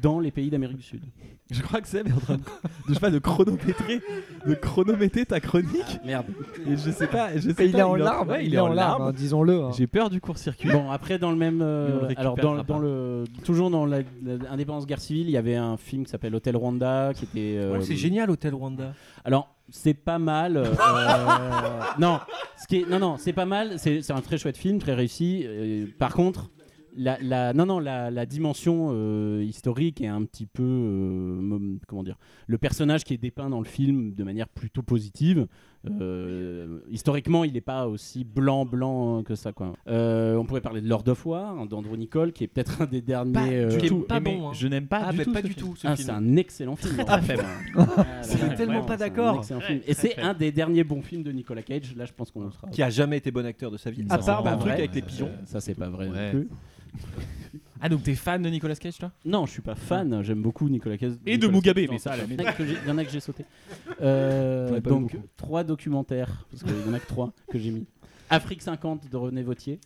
dans les pays d'Amérique du Sud. Je crois que Seb est en train de, je sais pas, de chronométrer, de chronométrer ta chronique. Merde. Et je sais pas, je sais pas, Et il est en train- larmes, ouais, il est en larmes, hein, disons-le. hein. J'ai peur du court-circuit. Bon, après, dans le même. euh, Mais on le récupérera alors, pas. dans, dans le, toujours dans l'indépendance guerre civile, il y avait un film qui s'appelle Hôtel Rwanda qui était. euh, c'est génial, Hôtel Rwanda. Alors, c'est pas mal. euh, non, ce qui est, non, non, c'est pas mal. C'est c'est un très chouette film, très réussi. euh, par contre. La, la- non, non, la, la dimension euh, historique est un petit peu. euh, mom- comment dire Le personnage qui est dépeint dans le film de manière plutôt positive. euh, historiquement, il n'est pas aussi blanc, blanc que ça. Quoi. Euh, on pourrait parler de Lord of War, hein, d'Andrew Nicole, qui est peut-être un des derniers. euh, du Tu tout. l'aimes Eh, Pas mais bon, hein. Je n'aime pas Ah, du mais tout. pas ce du film. tout ce ah, c'est film. un excellent film. très faible. Ah, C'est C'est tellement pas d'accord. Et c'est un des derniers bons films de Nicolas Cage. Là, je pense qu'on le sera. Qui a jamais été bon acteur de sa vie. Ça, À c'est part pas dans le truc vrai. avec les pigeons. Euh, Ça, c'est pas vrai. Ouais. Non, plus. Ah donc t'es fan de Nicolas Cage toi Non, je suis pas fan. J'aime beaucoup Nicolas Cage. Et de Mugabe, Nicolas Cage, mais non, ça, à la Il y en a que j'ai- il y en a que j'ai sauté. Euh, J'en ai pas donc, vu beaucoup. trois documentaires, parce qu'il y en a que trois que j'ai mis. Afrique 50 de René Vautier,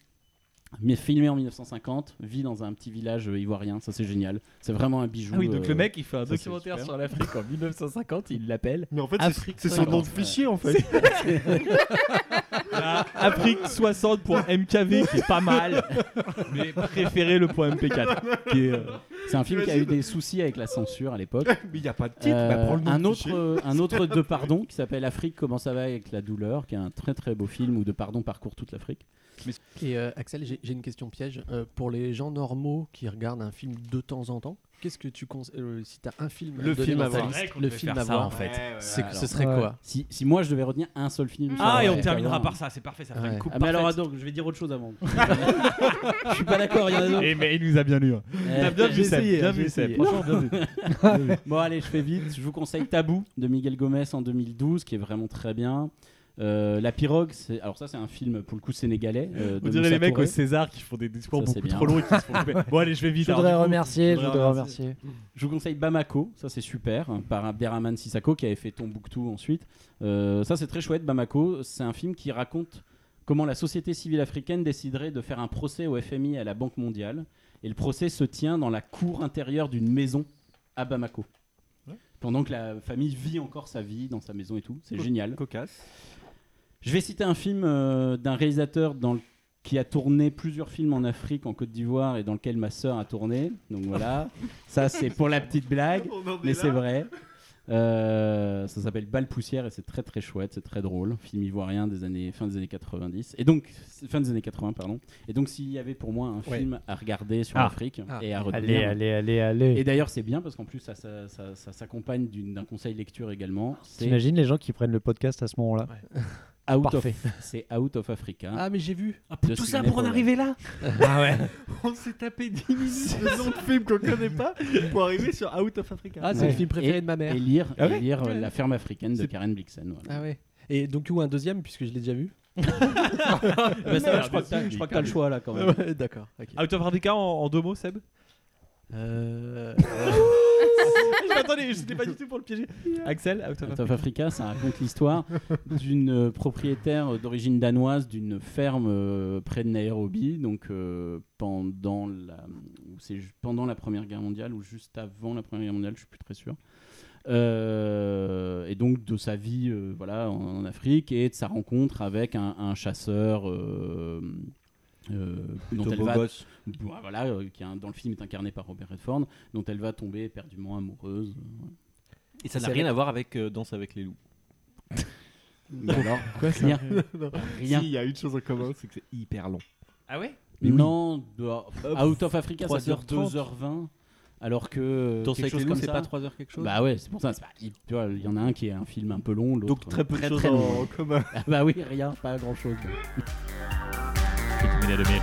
mais filmé en 1950, vit dans un petit village euh, ivoirien, ça c'est génial. C'est vraiment un bijou. Ah oui, donc euh, le mec il fait un ça, c'est documentaire super. sur l'Afrique en 1950, il l'appelle Mais en fait, Afrique c'est son nom de 50. fichier en fait. Ah, Afrique 60 pour MKV qui est pas mal, mais préférez le point MP4 qui est, euh, C'est un film qui a eu des soucis avec la censure à l'époque. Mais il n'y a pas de titre, Euh, bah, prends le nom un de autre fichier. euh, un autre de pardon qui s'appelle Afrique comment ça va avec la douleur qui est un très très beau film où de pardon parcourt toute l'Afrique Et euh, Axel, j'ai j'ai une question piège. Euh, pour les gens normaux qui regardent un film de temps en temps, qu'est-ce que tu conseilles euh, Si t'as un film, à Le donner film dans à ta voir. liste, C'est vrai qu'on le devait film faire à ça, voir, en fait. c'est- alors. ce serait Ouais. quoi si, si moi je devais retenir un seul film Ah, ça et serait on terminera Pardon. par ça, c'est parfait, ça Ouais. fera une coupe Ah, mais alors parfaite. donc je vais dire autre chose avant je suis pas d'accord il y en a d'autres Et mais il nous a bien lu. hein. Eh, T'as bien vu j'ai Seb, essayé, bien j'ai vu Seb, essayé. franchement bien vu. Bon, allez, je fais vite. Je vous conseille Tabou de Miguel Gomez en 2012, qui est vraiment très bien. Euh, La pirogue, c'est- alors ça, c'est un film pour le coup sénégalais. euh, de On dirait Moussa les mecs au Touré. César qui font des discours Ça, c'est beaucoup bien. trop longs et qui se font couper. Bon allez, je vais vite. hein. alors, Je voudrais du coup. remercier, je je voudrais voudrais remercier. Je vous conseille Bamako, ça c'est super, hein, par Abderrahmane Sissako qui avait fait Tombouctou ensuite. Euh, ça c'est très chouette, Bamako, c'est un film qui raconte comment la société civile africaine déciderait de faire un procès au FMI et à la Banque mondiale. Et le procès se tient dans la cour intérieure d'une maison à Bamako. Pendant que la famille vit encore sa vie dans sa maison et tout, c'est génial. Cocasse. Je vais citer un film euh, d'un réalisateur dans le- qui a tourné plusieurs films en Afrique, en Côte d'Ivoire, et dans lequel ma sœur a tourné. Donc voilà, ça c'est pour la petite blague, mais c'est vrai. Euh, ça s'appelle Balle poussière et c'est très très chouette, c'est très drôle. Film ivoirien des années fin des années 90 et donc fin des années 80 pardon. Et donc s'il y avait pour moi un Ouais. film à regarder sur Ah. l'Afrique Ah. et à retenir, Allez, allez, allez, allez. et d'ailleurs c'est bien parce qu'en plus ça, ça- ça- ça s'accompagne d'une- d'un conseil lecture également. C'est T'imagines les gens qui prennent le podcast à ce moment-là Out of- Parfait. c'est Out of Africa. Ah, mais j'ai vu. de Sidney Pollack. là Ah ouais. On s'est tapé 10 minutes de noms de films qu'on connaît pas pour arriver sur Out of Africa. Ah, c'est Ouais. le film préféré de ma mère. et lire, Ah et ouais lire euh, La ferme africaine de C'est- Karen Blixen. voilà. Ah ouais. Et donc, ou un deuxième, puisque je l'ai déjà vu Bah, ça va, je crois que t'as- je crois que t'as le choix là quand même. Ouais, D'accord. ok. Out of Africa en, en deux mots, Seb Euh, Attendez, c'était pas du tout pour le piéger. Axel, Out of Out Africa. of Africa, ça raconte l'histoire d'une euh, propriétaire euh, d'origine danoise d'une ferme euh, près de Nairobi, donc euh, pendant la, ou c'est ju- pendant la Première Guerre mondiale ou juste avant la Première Guerre mondiale, je suis plus très sûr. Euh, et donc de sa vie euh, voilà, en, en Afrique et de sa rencontre avec un, un chasseur euh, euh, dont elle va boss. Bon, voilà, euh, qui est un- dans le film est incarné par Robert Redford, dont elle va tomber éperdument amoureuse. Et ça n'a rien à voir avec euh, Danse avec les loups. Mais alors, rien. rien. Si, il y a une chose en commun, c'est que c'est hyper long. Ah ouais Non, de- Out of Africa, ça dure 3h30. 2h20, alors que euh, Danse quelque avec chose les loups, comme c'est ça- pas 3 heures quelque chose Bah ouais, c'est pour ça. c'est pas- il, tu vois, il y en a un qui est un film un peu long, l'autre. Donc très peu de très, choses très long. en commun. Ah bah oui, rien, pas grand chose. Critique Média 2000.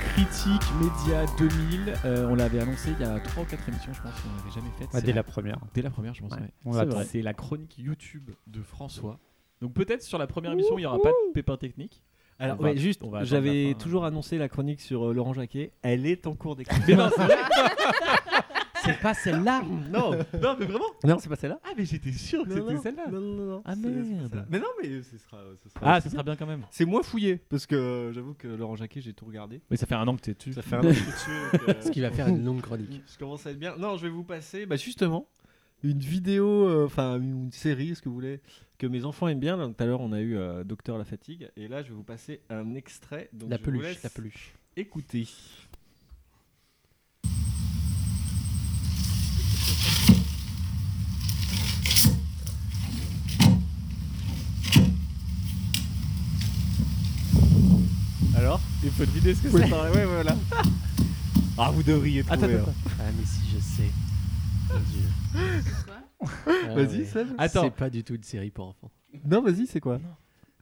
Critique Média 2000, euh, on l'avait annoncé il y a 3 ou 4 émissions, je pense, qu'on n'avait jamais faite. Ouais, C'est dès la première. dès la première, je pense. Ouais, ouais. on C'est l'attend. vrai. C'est la chronique YouTube de François. Donc peut-être sur la première émission, il n'y aura pas de pépin technique. Alors, On va- ouais, juste, on va attendre la j'avais fin, hein. toujours annoncé la chronique sur euh, Laurent Jacquet. Elle est en cours d'écriture. Mais non, c'est vrai. C'est pas celle-là non, non, mais vraiment non, c'est pas celle-là. Ah, mais j'étais sûr que Non, c'était non, celle-là. Non, non, non. Ah, c'est- c'est pas merde. celle-là. Mais non, mais ce sera. euh, ce sera- Ah, ce sera bien quand même. C'est moins fouillé parce que euh, j'avoue que Laurent Jacquet, j'ai tout regardé. Mais ça fait un an que t'es dessus. Ça fait un an que je suis dessus, donc, euh, Ce qui va faire une longue chronique. Je commence à être bien. Non, je vais vous passer, bah justement, une vidéo, euh, enfin une une série, ce que vous voulez, que mes enfants aiment bien. Là, Tout à l'heure, on a eu euh, Docteur la fatigue, et là, je vais vous passer un extrait. Donc La je vous peluche, laisse la peluche. Écoutez. Alors, il faut deviner ce que c'est. par- Ouais, voilà. Ah, vous devriez trouver. hein. Ah, mais si, je sais. Mon Dieu. Ah ouais. Seb. Attends. C'est pas du tout une série pour enfants. Non, vas-y, c'est quoi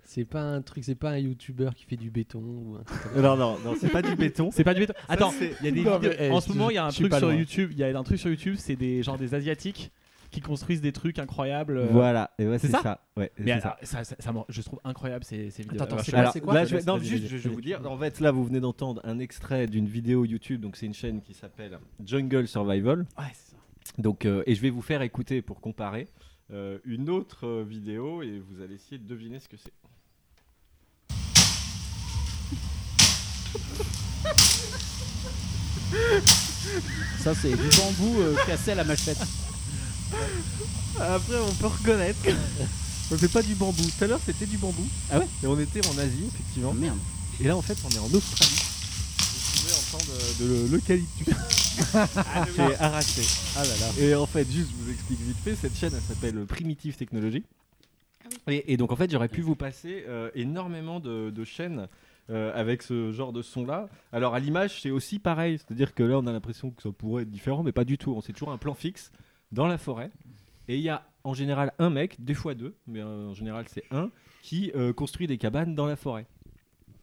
C'est pas un truc, c'est pas un youtubeur qui fait du béton ou un truc comme ça. hein. Non, non, non, c'est pas du béton. C'est pas du béton. Attends, c'est- il y a des Non, vidéos- mais, eh, En ce je- moment, il y a un je suis truc pas sur loin. YouTube. Il y a un truc sur YouTube, c'est des genre des asiatiques qui construisent des trucs incroyables. euh, Voilà, et ouais, c'est c'est ça ça. Ouais, Mais c'est alors, ça, ça- ça me- je trouve incroyable ces, ces vidéos. Eh, Attends, Alors, c'est je- quoi, Alors, c'est quoi là, Je je vais, laisse- non, vas-y, juste, vas-y, je vais vous vas-y. dire. En fait, là, vous venez d'entendre un extrait d'une vidéo YouTube. Donc, c'est une chaîne qui s'appelle Jungle Survival. Ouais, c'est ça. Donc, euh, et je vais vous faire écouter pour comparer euh, une autre euh, vidéo et vous allez essayer de deviner ce que c'est. Ça, c'est du bambou euh, cassé à la machette. Après, on peut reconnaître. C'est pas du bambou. Tout à l'heure, c'était du bambou. Ah ouais Et on était en Asie, effectivement. Oh merde. Et là, en fait, on est en Australie. Vous pouvez entendre euh, de l'eucalyptus. qui est arraché. Et en fait, juste, je vous explique vite fait, cette chaîne, elle s'appelle Primitive Technology. Et, et donc, en fait, j'aurais pu vous passer euh, énormément de, de chaînes euh, avec ce genre de son-là. Alors, à l'image, c'est aussi pareil. C'est-à-dire que là, on a l'impression que ça pourrait être différent, mais pas du tout. On C'est toujours un plan fixe dans la forêt. Et il y a en général un mec, des fois deux, mais euh, en général, c'est un, qui euh, construit des cabanes dans la forêt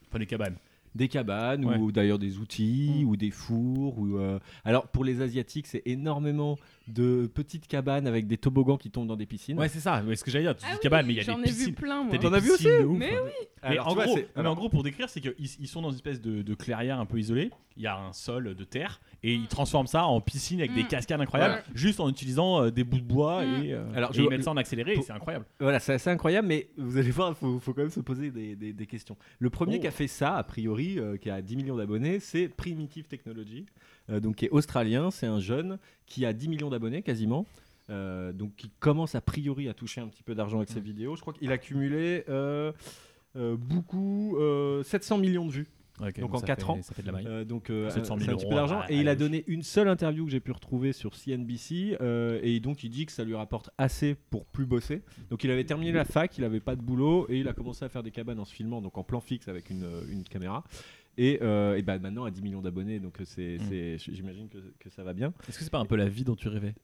Enfin, les cabanes. des cabanes Ouais. ou d'ailleurs des Mm. outils ou des fours ou euh, alors pour les asiatiques c'est énormément de petites cabanes avec des toboggans qui tombent dans des piscines Ouais, c'est ça. Ouais, ce que j'allais dire, tu Ah dis oui, cabanes, mais il y a J'en des ai vu piscines. plein, T'as moi. des T'en as vu piscines aussi de ouf. Mais oui, Alors, mais, en tu vois, gros, c'est- mais en alors, gros, pour décrire, c'est qu'ils ils sont dans une espèce de, de clairière un peu isolée. Il y a un sol de terre et ils transforment ça en piscine avec des Mm. cascades incroyables, Ouais. juste en utilisant euh, des bouts de bois Mm. et, euh, Alors, et je- ils mettent ça en accéléré. et pour- C'est incroyable. voilà c'est assez incroyable mais vous allez voir il faut, faut quand même se poser des, des- des questions le premier Oh. qui a fait ça a priori euh, qui a 10 millions d'abonnés c'est Primitive Technology euh, donc qui est australien c'est un jeune qui a 10 millions d'abonnés quasiment euh, donc qui commence a priori à toucher un petit peu d'argent avec ses vidéos je crois qu'il a cumulé euh, euh, beaucoup euh, 700 millions de vues donc, en ça quatre fait- ans, Ça fait de la maille. Euh, donc euh, 700 000 c'est un petit peu euros d'argent. à- Et à il a gauche. donné une seule interview que j'ai pu retrouver sur CNBC. euh, et donc il dit que ça lui rapporte assez pour plus bosser. Donc il avait terminé la fac, il avait pas de boulot et il a commencé à faire des cabanes en se filmant, donc en plan fixe avec une, euh, une caméra. Et, euh, et bah, maintenant à 10 millions d'abonnés, donc euh, c'est, Mm. c'est- j'imagine que, que ça va bien. Est-ce que c'est pas un peu la vie dont tu rêvais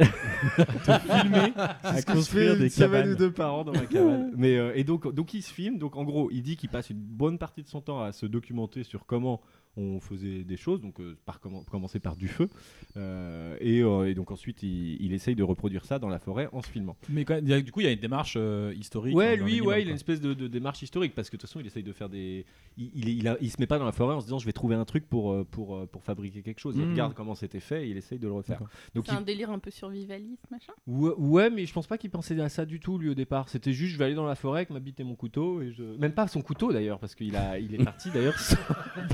Te filmer à construire des cabanes. deux par an dans ma cabane. Mais, euh, et donc, donc il se filme. Donc en gros, il dit qu'il passe une bonne partie de son temps à se documenter sur comment on faisait des choses, donc euh, par comment- commencer par du feu. Euh, et, euh, et donc ensuite, il, il essaye de reproduire ça dans la forêt en se filmant. Mais quand même, il y a- du coup, il y a une démarche euh, historique. Ouais, hein, dans lui, le ouais, il a une minimum, espèce de, de démarche historique parce que de toute façon, il essaye de faire des. Il, il, il a- il se met pas dans la forêt en se disant je vais trouver un truc pour, euh, pour, euh, pour fabriquer quelque chose. Il Mm. regarde comment c'était fait et il essaye de le refaire. D'accord. Donc c'est il- un délire un peu survivaliste, machin. Ouais, ouais, mais je pense pas qu'il pensait à ça du tout, lui, au départ. C'était juste, je vais aller dans la forêt avec ma bite et mon couteau. Et je... Même pas son couteau, d'ailleurs, parce qu'il a... il est parti, d'ailleurs. sans-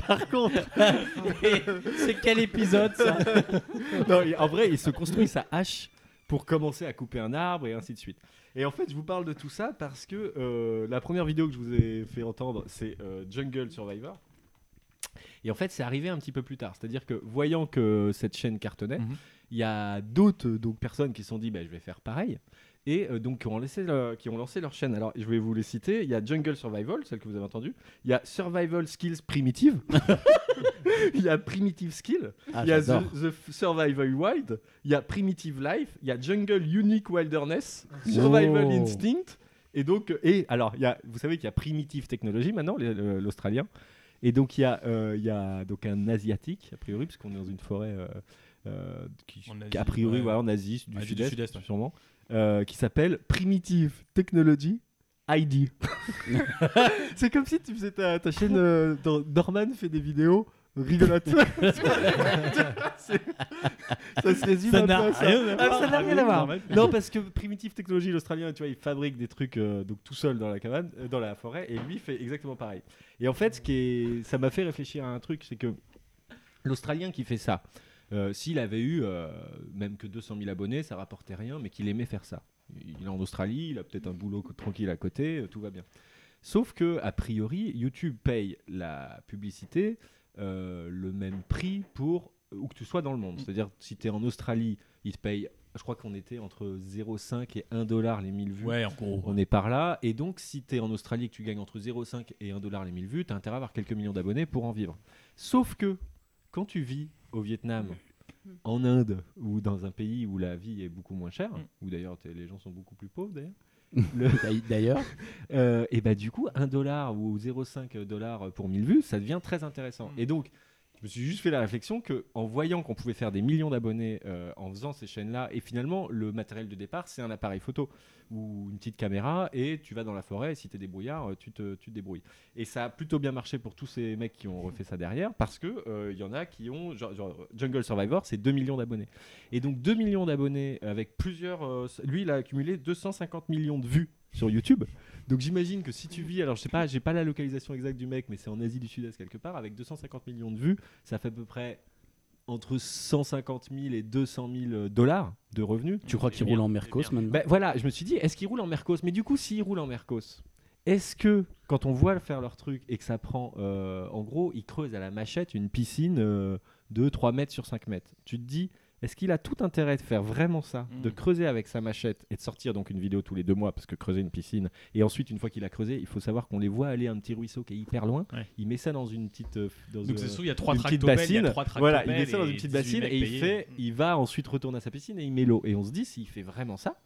Par contre, C'est quel épisode ça non, il- en vrai, il se construit sa hache pour commencer à couper un arbre et ainsi de suite. Et en fait, je vous parle de tout ça parce que euh, la première vidéo que je vous ai fait entendre, c'est euh, Jungle Survivor. Et en fait, c'est arrivé un petit peu plus tard. C'est-à-dire que voyant que cette chaîne cartonnait, Mhm. il y a d'autres euh, donc, personnes qui se sont dit bah, je vais faire pareil. Et euh, donc, qui ont, laissé le- qui ont lancé leur chaîne. Alors, je vais vous les citer. Il y a Jungle Survival, celle que vous avez entendue. Il y a Survival Skills Primitive. il y a Primitive Skill. Ah, Il y a j'adore. The, The Survival Wild, il y a Primitive Life, il y a Jungle Unique Wilderness, Survival Oh. Instinct, et donc, et alors, il y a, vous savez qu'il y a Primitive Technology maintenant, les- le- l'Australien, Et donc il y a, euh, il y a donc un asiatique a priori puisqu'on est dans une forêt euh, euh, qui, En Asie, a priori ouais. voilà, en Asie du Asie du sud-est Sud-Est, ouais. sûrement, euh, qui s'appelle Primitive Technology. ID. c'est comme si tu faisais ta, ta chaîne euh, Dor- Norman fait des vidéos rigolotes. C'est- ça se résume Ça un peu n'a à ça. rien à Ah, voir ça n'a avec rien à voir. Norman. Non, parce que Primitive Technology, l'Australien, tu vois, il fabrique des trucs euh, donc tout seul dans la cabane, euh, dans la forêt, et lui fait exactement pareil. Et en fait, ce qui est, ça m'a fait réfléchir à un truc, c'est que l'Australien qui fait ça, euh, s'il avait eu euh, même que 200 000 abonnés, ça rapportait rien, mais qu'il aimait faire ça. Il est en Australie, il a peut-être un boulot co- tranquille à côté, euh, tout va bien. Sauf que, a priori, YouTube paye la publicité euh, le même prix pour où que tu sois dans le Mm. monde. C'est-à-dire, si tu es en Australie, ils te payent, je crois qu'on était entre 0,5 et 1 dollar les 1000 vues. Ouais, en gros. On est par là. Et donc, si tu es en Australie et que tu gagnes entre 0,5 et 1 dollar les 1000 vues, tu as intérêt à avoir quelques millions d'abonnés pour en vivre. Sauf que quand tu vis au Vietnam, Mm. en Inde ou dans un pays où la vie est beaucoup moins chère, Mm. où d'ailleurs t'es- les gens sont beaucoup plus pauvres d'ailleurs, D'ailleurs, euh, et bah du coup 1 dollar ou 0,5 dollar pour 1000 vues, ça devient très intéressant. Mm. Et donc je me suis juste fait la réflexion que en voyant qu'on pouvait faire des millions d'abonnés euh, en faisant ces chaînes-là, et finalement le matériel de départ c'est un appareil photo ou une petite caméra, et tu vas dans la forêt, et si t'es débrouillard, euh, tu te, tu te débrouilles. Et ça a plutôt bien marché pour tous ces mecs qui ont refait ça derrière, parce que euh, il y en a qui ont, genre, genre, Jungle Survivor, c'est 2 millions d'abonnés. Et donc 2 millions d'abonnés avec plusieurs... euh, lui, il a accumulé 250 millions de vues sur YouTube. Donc j'imagine que si tu vis, alors je sais pas, j'ai pas la localisation exacte du mec, mais c'est en Asie du Sud-Est quelque part, avec 250 millions de vues, ça fait à peu près entre 150 000 et 200 000 euh, dollars de revenus. tu crois qu'il roule en Mercos maintenant Ben voilà, je me suis dit, est-ce qu'ils roulent en Mercos Mais du coup, s'ils roulent en Mercos, est-ce que quand on voit faire leur truc et que ça prend, euh, en gros, ils creusent à la machette une piscine euh, de 3 mètres sur 5 mètres Tu te dis, est-ce qu'il a tout intérêt de faire vraiment ça Mm. De creuser avec sa machette et de sortir donc une vidéo tous les deux mois parce que creuser une piscine et ensuite, une fois qu'il a creusé, il faut savoir qu'on les voit aller à un petit ruisseau qui est hyper loin. Ouais. Il met ça dans une petite. euh, dans Donc, un- c'est sûr, il y a trois une petite tractopelles. Il y a bassine. trois voilà, il tractopelles met ça dans une et petite 18 bassine mecs et il payés. fait, il va ensuite retourner à sa piscine et il met l'eau. Et on se dit, s'il fait vraiment ça,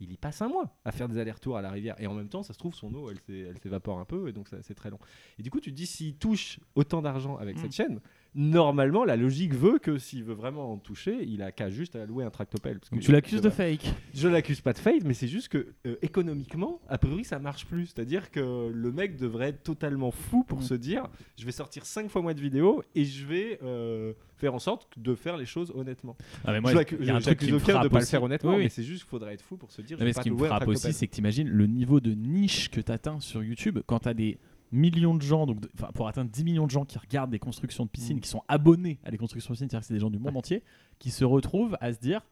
il y passe un mois à faire des allers-retours à la rivière. Et en même temps, ça se trouve, son eau, elle s'é- elle s'évapore un peu et donc ça- c'est très long. Et du coup, tu te dis, s'il touche autant d'argent avec Mm. cette chaîne, normalement, la logique veut que s'il veut vraiment en toucher, il a qu'à juste à louer un tractopelle. Parce que- Tu l'accuses de Voilà. fake. Je l'accuse pas de fail, mais c'est juste que euh, économiquement, a priori, ça marche plus. C'est-à-dire que le mec devrait être totalement fou Mm. pour se dire je vais sortir 5 fois moins de vidéos et je vais euh, faire en sorte de faire les choses honnêtement. Ah, mais Je moi, l'accu- il y a un je- truc qui j'accuse me aucun de frappe pas le aussi. faire honnêtement, Oui, oui. mais c'est juste qu'il faudrait être fou pour se dire Non, je vais mais ce pas qui me louer un frappe aussi, tractopelle. c'est que t'imagines le niveau de niche que t'atteins sur YouTube quand t'as des millions de gens, donc de- enfin, pour atteindre 10 millions de gens qui regardent des constructions de Mm. piscines, qui sont abonnés à des constructions de piscines, c'est-à-dire que c'est des gens du monde entier, qui se retrouvent à se dire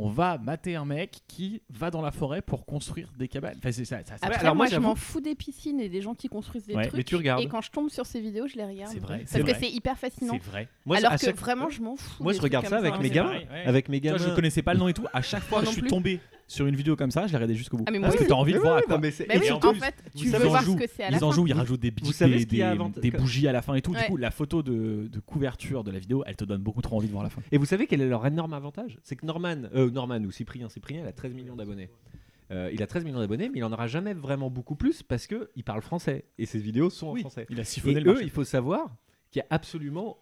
on va mater un mec qui va dans la forêt pour construire des cabanes. Enfin, c'est ça, ça- ça- Après, alors moi, moi, je j'avoue- m'en fous des piscines et des gens qui construisent des Ouais, mais trucs. tu regardes. Et quand je tombe sur ces vidéos, je les regarde. C'est vrai, c'est Parce que vrai. c'est hyper fascinant. c'est vrai. Moi, je- Alors à que chaque- vraiment, je m'en fous. moi, des je trucs regarde comme ça avec hein. mes C'est gamins. pareil, ouais. Avec mes Tu vois, gamins. je connaissais pas le nom et tout. À chaque fois Moi que je non suis plus. tombé sur une vidéo comme ça, je l'ai regardée jusqu'au bout. Ah, mais moi Parce que aussi. t'as envie de Mais voir à oui, quoi. non, mais c'est- Bah oui, et en en plus, fait, vous tu savez- veux ils en voir ce jouent. que c'est à la Ils en fin. jouent, ils rajoutent des, Vous bijoux, savez des, ce qu'il y a des- avant- des bougies à la fin et tout. Du Ouais. coup, la photo de, de couverture de la vidéo, elle te donne beaucoup trop envie de voir la fin. Et vous savez quel est leur énorme avantage C'est que Norman, euh, Norman ou Cyprien, Cyprien, il a 13 millions d'abonnés. Euh, il a 13 millions d'abonnés, mais il en aura jamais vraiment beaucoup plus parce qu'il parle français et ses vidéos sont en français. Il a Et siphonné eux, le marché. il faut savoir qu'il n'y a absolument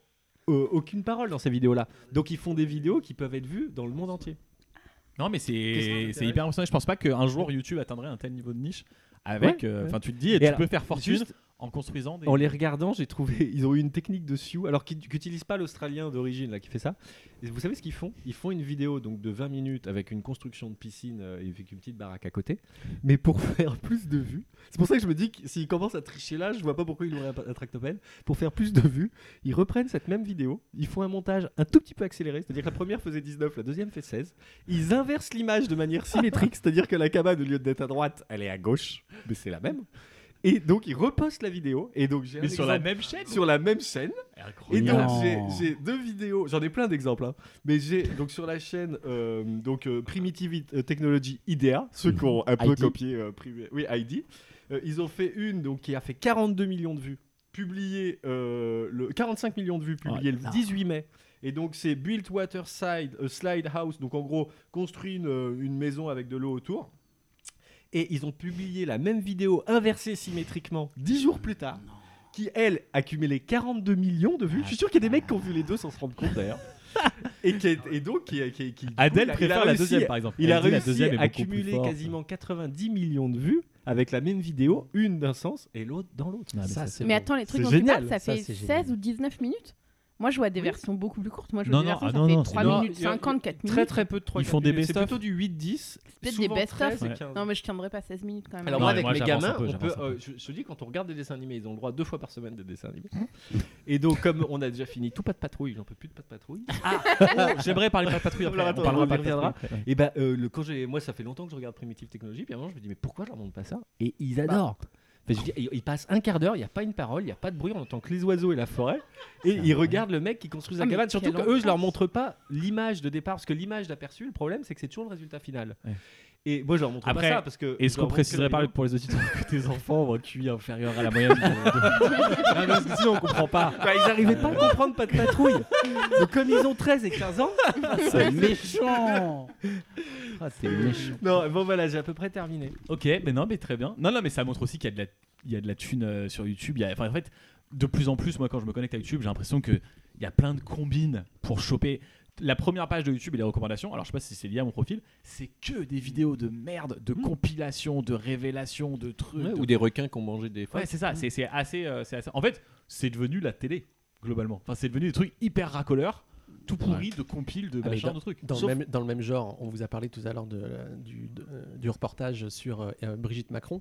euh, aucune parole dans ces vidéos-là. Donc ils font des vidéos qui peuvent être vues dans le monde entier. Non, mais c'est c'est hyper impressionnant. Je pense pas qu'un jour YouTube atteindrait un tel niveau de niche avec. Ouais, euh, ouais. Enfin, tu te dis, et Et tu alors, peux faire fortune Juste, en construisant des. en les regardant, j'ai trouvé, ils ont eu une technique de Sioux, alors qu'ils n'utilisent pas l'Australien d'origine là qui fait ça. Et vous savez ce qu'ils font Ils font une vidéo donc de 20 minutes avec une construction de piscine euh, et avec une petite baraque à côté, mais pour faire plus de vues. C'est pour ça que je me dis que s'ils commencent à tricher là, je vois pas pourquoi ils auraient un tractopelle. Pour faire plus de vues, ils reprennent cette même vidéo, ils font un montage un tout petit peu accéléré, c'est-à-dire que la première faisait 19, la deuxième fait 16. Ils inversent l'image de manière symétrique, c'est-à-dire que la cabane au lieu d'être à droite, elle est à gauche, mais c'est la même. Et donc ils repostent la vidéo et donc j'ai un Mais sur la exemple même chaîne sur la même chaîne. Et Incroyable. donc Non. j'ai- j'ai deux vidéos, j'en ai plein d'exemples, hein. mais j'ai donc sur la chaîne euh, donc euh, Primitive euh, Technology IDEA, ceux Mm. qui ont un peu E ID. copié euh, privé- oui ID, Euh, ils ont fait une donc qui a fait 42 millions de vues, publiée euh, le 45 millions de vues publiée le 18 mai. Et donc c'est Built Water Side a Slide House, donc en gros construit une, euh, une maison avec de l'eau autour. Et ils ont publié la même vidéo inversée symétriquement 10 jours plus tard qui, elle, a cumulé 42 millions de vues. Je suis sûr qu'il y a des mecs qui ont vu les deux sans se rendre compte d'ailleurs. et, qui est- et donc, qui, qui- qui- du coup, Adèle il a- il a préfère la réussi- deuxième, par exemple. Il a Elle dit la réussi deuxième est à beaucoup plus cumuler forte. quasiment 90 millions de vues avec la même vidéo, une d'un sens et l'autre dans l'autre. Non, mais Ça, ça, c'est Mais beau. attends, les trucs C'est dont tu génial, parles, ça, ça, fait c'est 16 génial. ou 19 minutes Moi, je vois des versions beaucoup plus courtes. Moi, je Non, vois des non, versions, ah, ça non, fait non, 3 c'est- minutes Non, il y a- 50, 4 minutes. Très très peu de 3 Ils font des C'est best-of. plutôt du 8-10. Peut-être des souvent best-of. 13 et Ouais. 15. Non, mais je tiendrai pas 16 minutes quand même. Alors Non, moi, mais avec moi, mes j'avance un gamins, peu, on j'avance peut, un peu. euh, je, je dis quand on regarde des dessins animés, ils ont le droit deux fois par semaine des dessins animés. Et donc comme on a déjà fini tout pas de patrouille, j'en peux plus de pas de patrouille. J'aimerais parler pas de patrouille après. Alors, on attends, parlera on y pas de reviendra. patrouille après. Et ben euh, le, quand j'ai, moi ça fait longtemps que je regarde Primitive Technology, puis à un moment je me dis mais pourquoi je leur montre pas ça Et Bah. ils adorent. Enfin, je veux dire, ils, ils passent un quart d'heure, il n'y a pas une parole, il n'y a pas de bruit, on entend que les oiseaux et la forêt, et ils regardent le mec qui construit sa Ah, mais cabane. Surtout quelle qu'eux, je leur enfance. montre pas l'image de départ, parce que l'image d'aperçu, le problème, c'est que c'est toujours le résultat final. Ouais. Et moi, je leur montre Après, pas ça, parce que... je Est-ce leur qu'on montre que préciserait la pas vidéo. pour les auditeurs que tes enfants ont un QI inférieur à la moyenne de- de- Non, parce que sinon on comprend pas. Bah, ils n'arrivaient pas à comprendre pas de patrouille. Donc comme ils ont 13 et 15 ans... C'est méchant Ah, t'es méchant. Non, bon voilà, j'ai à peu près terminé. Ok, mais non, mais très bien. Non, non, mais ça montre aussi qu'il y a de la, il y a de la thune euh, sur YouTube. Il y a- enfin, en fait, de plus en plus, moi, quand je me connecte à YouTube, j'ai l'impression qu'il y a plein de combines pour choper. La première page de YouTube et les recommandations, alors je sais pas si c'est lié à mon profil, c'est que des vidéos de merde, de compilations, de révélations, de trucs. de- des requins qui ont mangé des Ouais, c'est ça, c'est c'est assez, euh, c'est assez- En fait, c'est devenu la télé, globalement. Enfin, c'est devenu des trucs hyper racoleurs, tout pourris, de compiles, de mais machin, de trucs. Dans, Sauf- le même, dans le même genre, on vous a parlé tout à l'heure de, euh, du, de, euh, du reportage sur euh, euh, Brigitte Macron,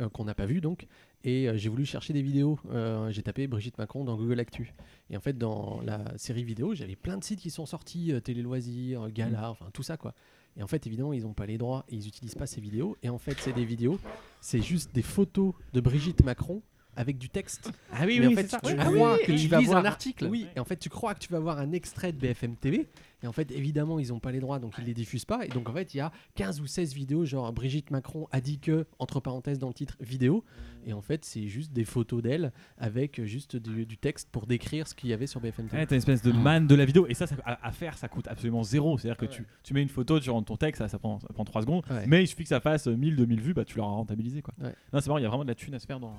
euh, qu'on n'a pas vu donc, et euh, j'ai voulu chercher des vidéos. Euh, j'ai tapé Brigitte Macron dans Google Actu. Et en fait, dans la série vidéo, j'avais plein de sites qui sont sortis, euh, Télé Loisirs, euh, Mm. Gala, enfin tout ça quoi. Et en fait, évidemment, ils n'ont pas les droits et ils n'utilisent pas ces vidéos. Et en fait, c'est des vidéos, c'est juste des photos de Brigitte Macron avec du texte. Ah oui, Mais oui, en fait, c'est ça. tu Ouais. crois Ah que oui, tu ils vas lisent voir un un article. article. Oui, et en fait, tu crois que tu vas voir un extrait de BFM TV. Et en fait, évidemment, ils n'ont pas les droits, donc ils les diffusent pas. Et donc, en fait, il y a 15 ou 16 vidéos, genre Brigitte Macron a dit que, entre parenthèses, dans le titre vidéo. Et en fait, c'est juste des photos d'elle avec euh, juste du, du texte pour décrire ce qu'il y avait sur BFM TV. Ouais, t'as une espèce de man de la vidéo. Et ça, ça- à, à faire, ça coûte absolument zéro. C'est-à-dire que tu, tu mets une photo, tu rentres ton texte, ça, ça prend, ça prend 3 secondes. Ouais. Mais il suffit que ça fasse euh, 1000, 2000 vues, bah, tu l'auras rentabilisé. Quoi. Ouais. Non, c'est marrant, il y a vraiment de la thune à se faire dans.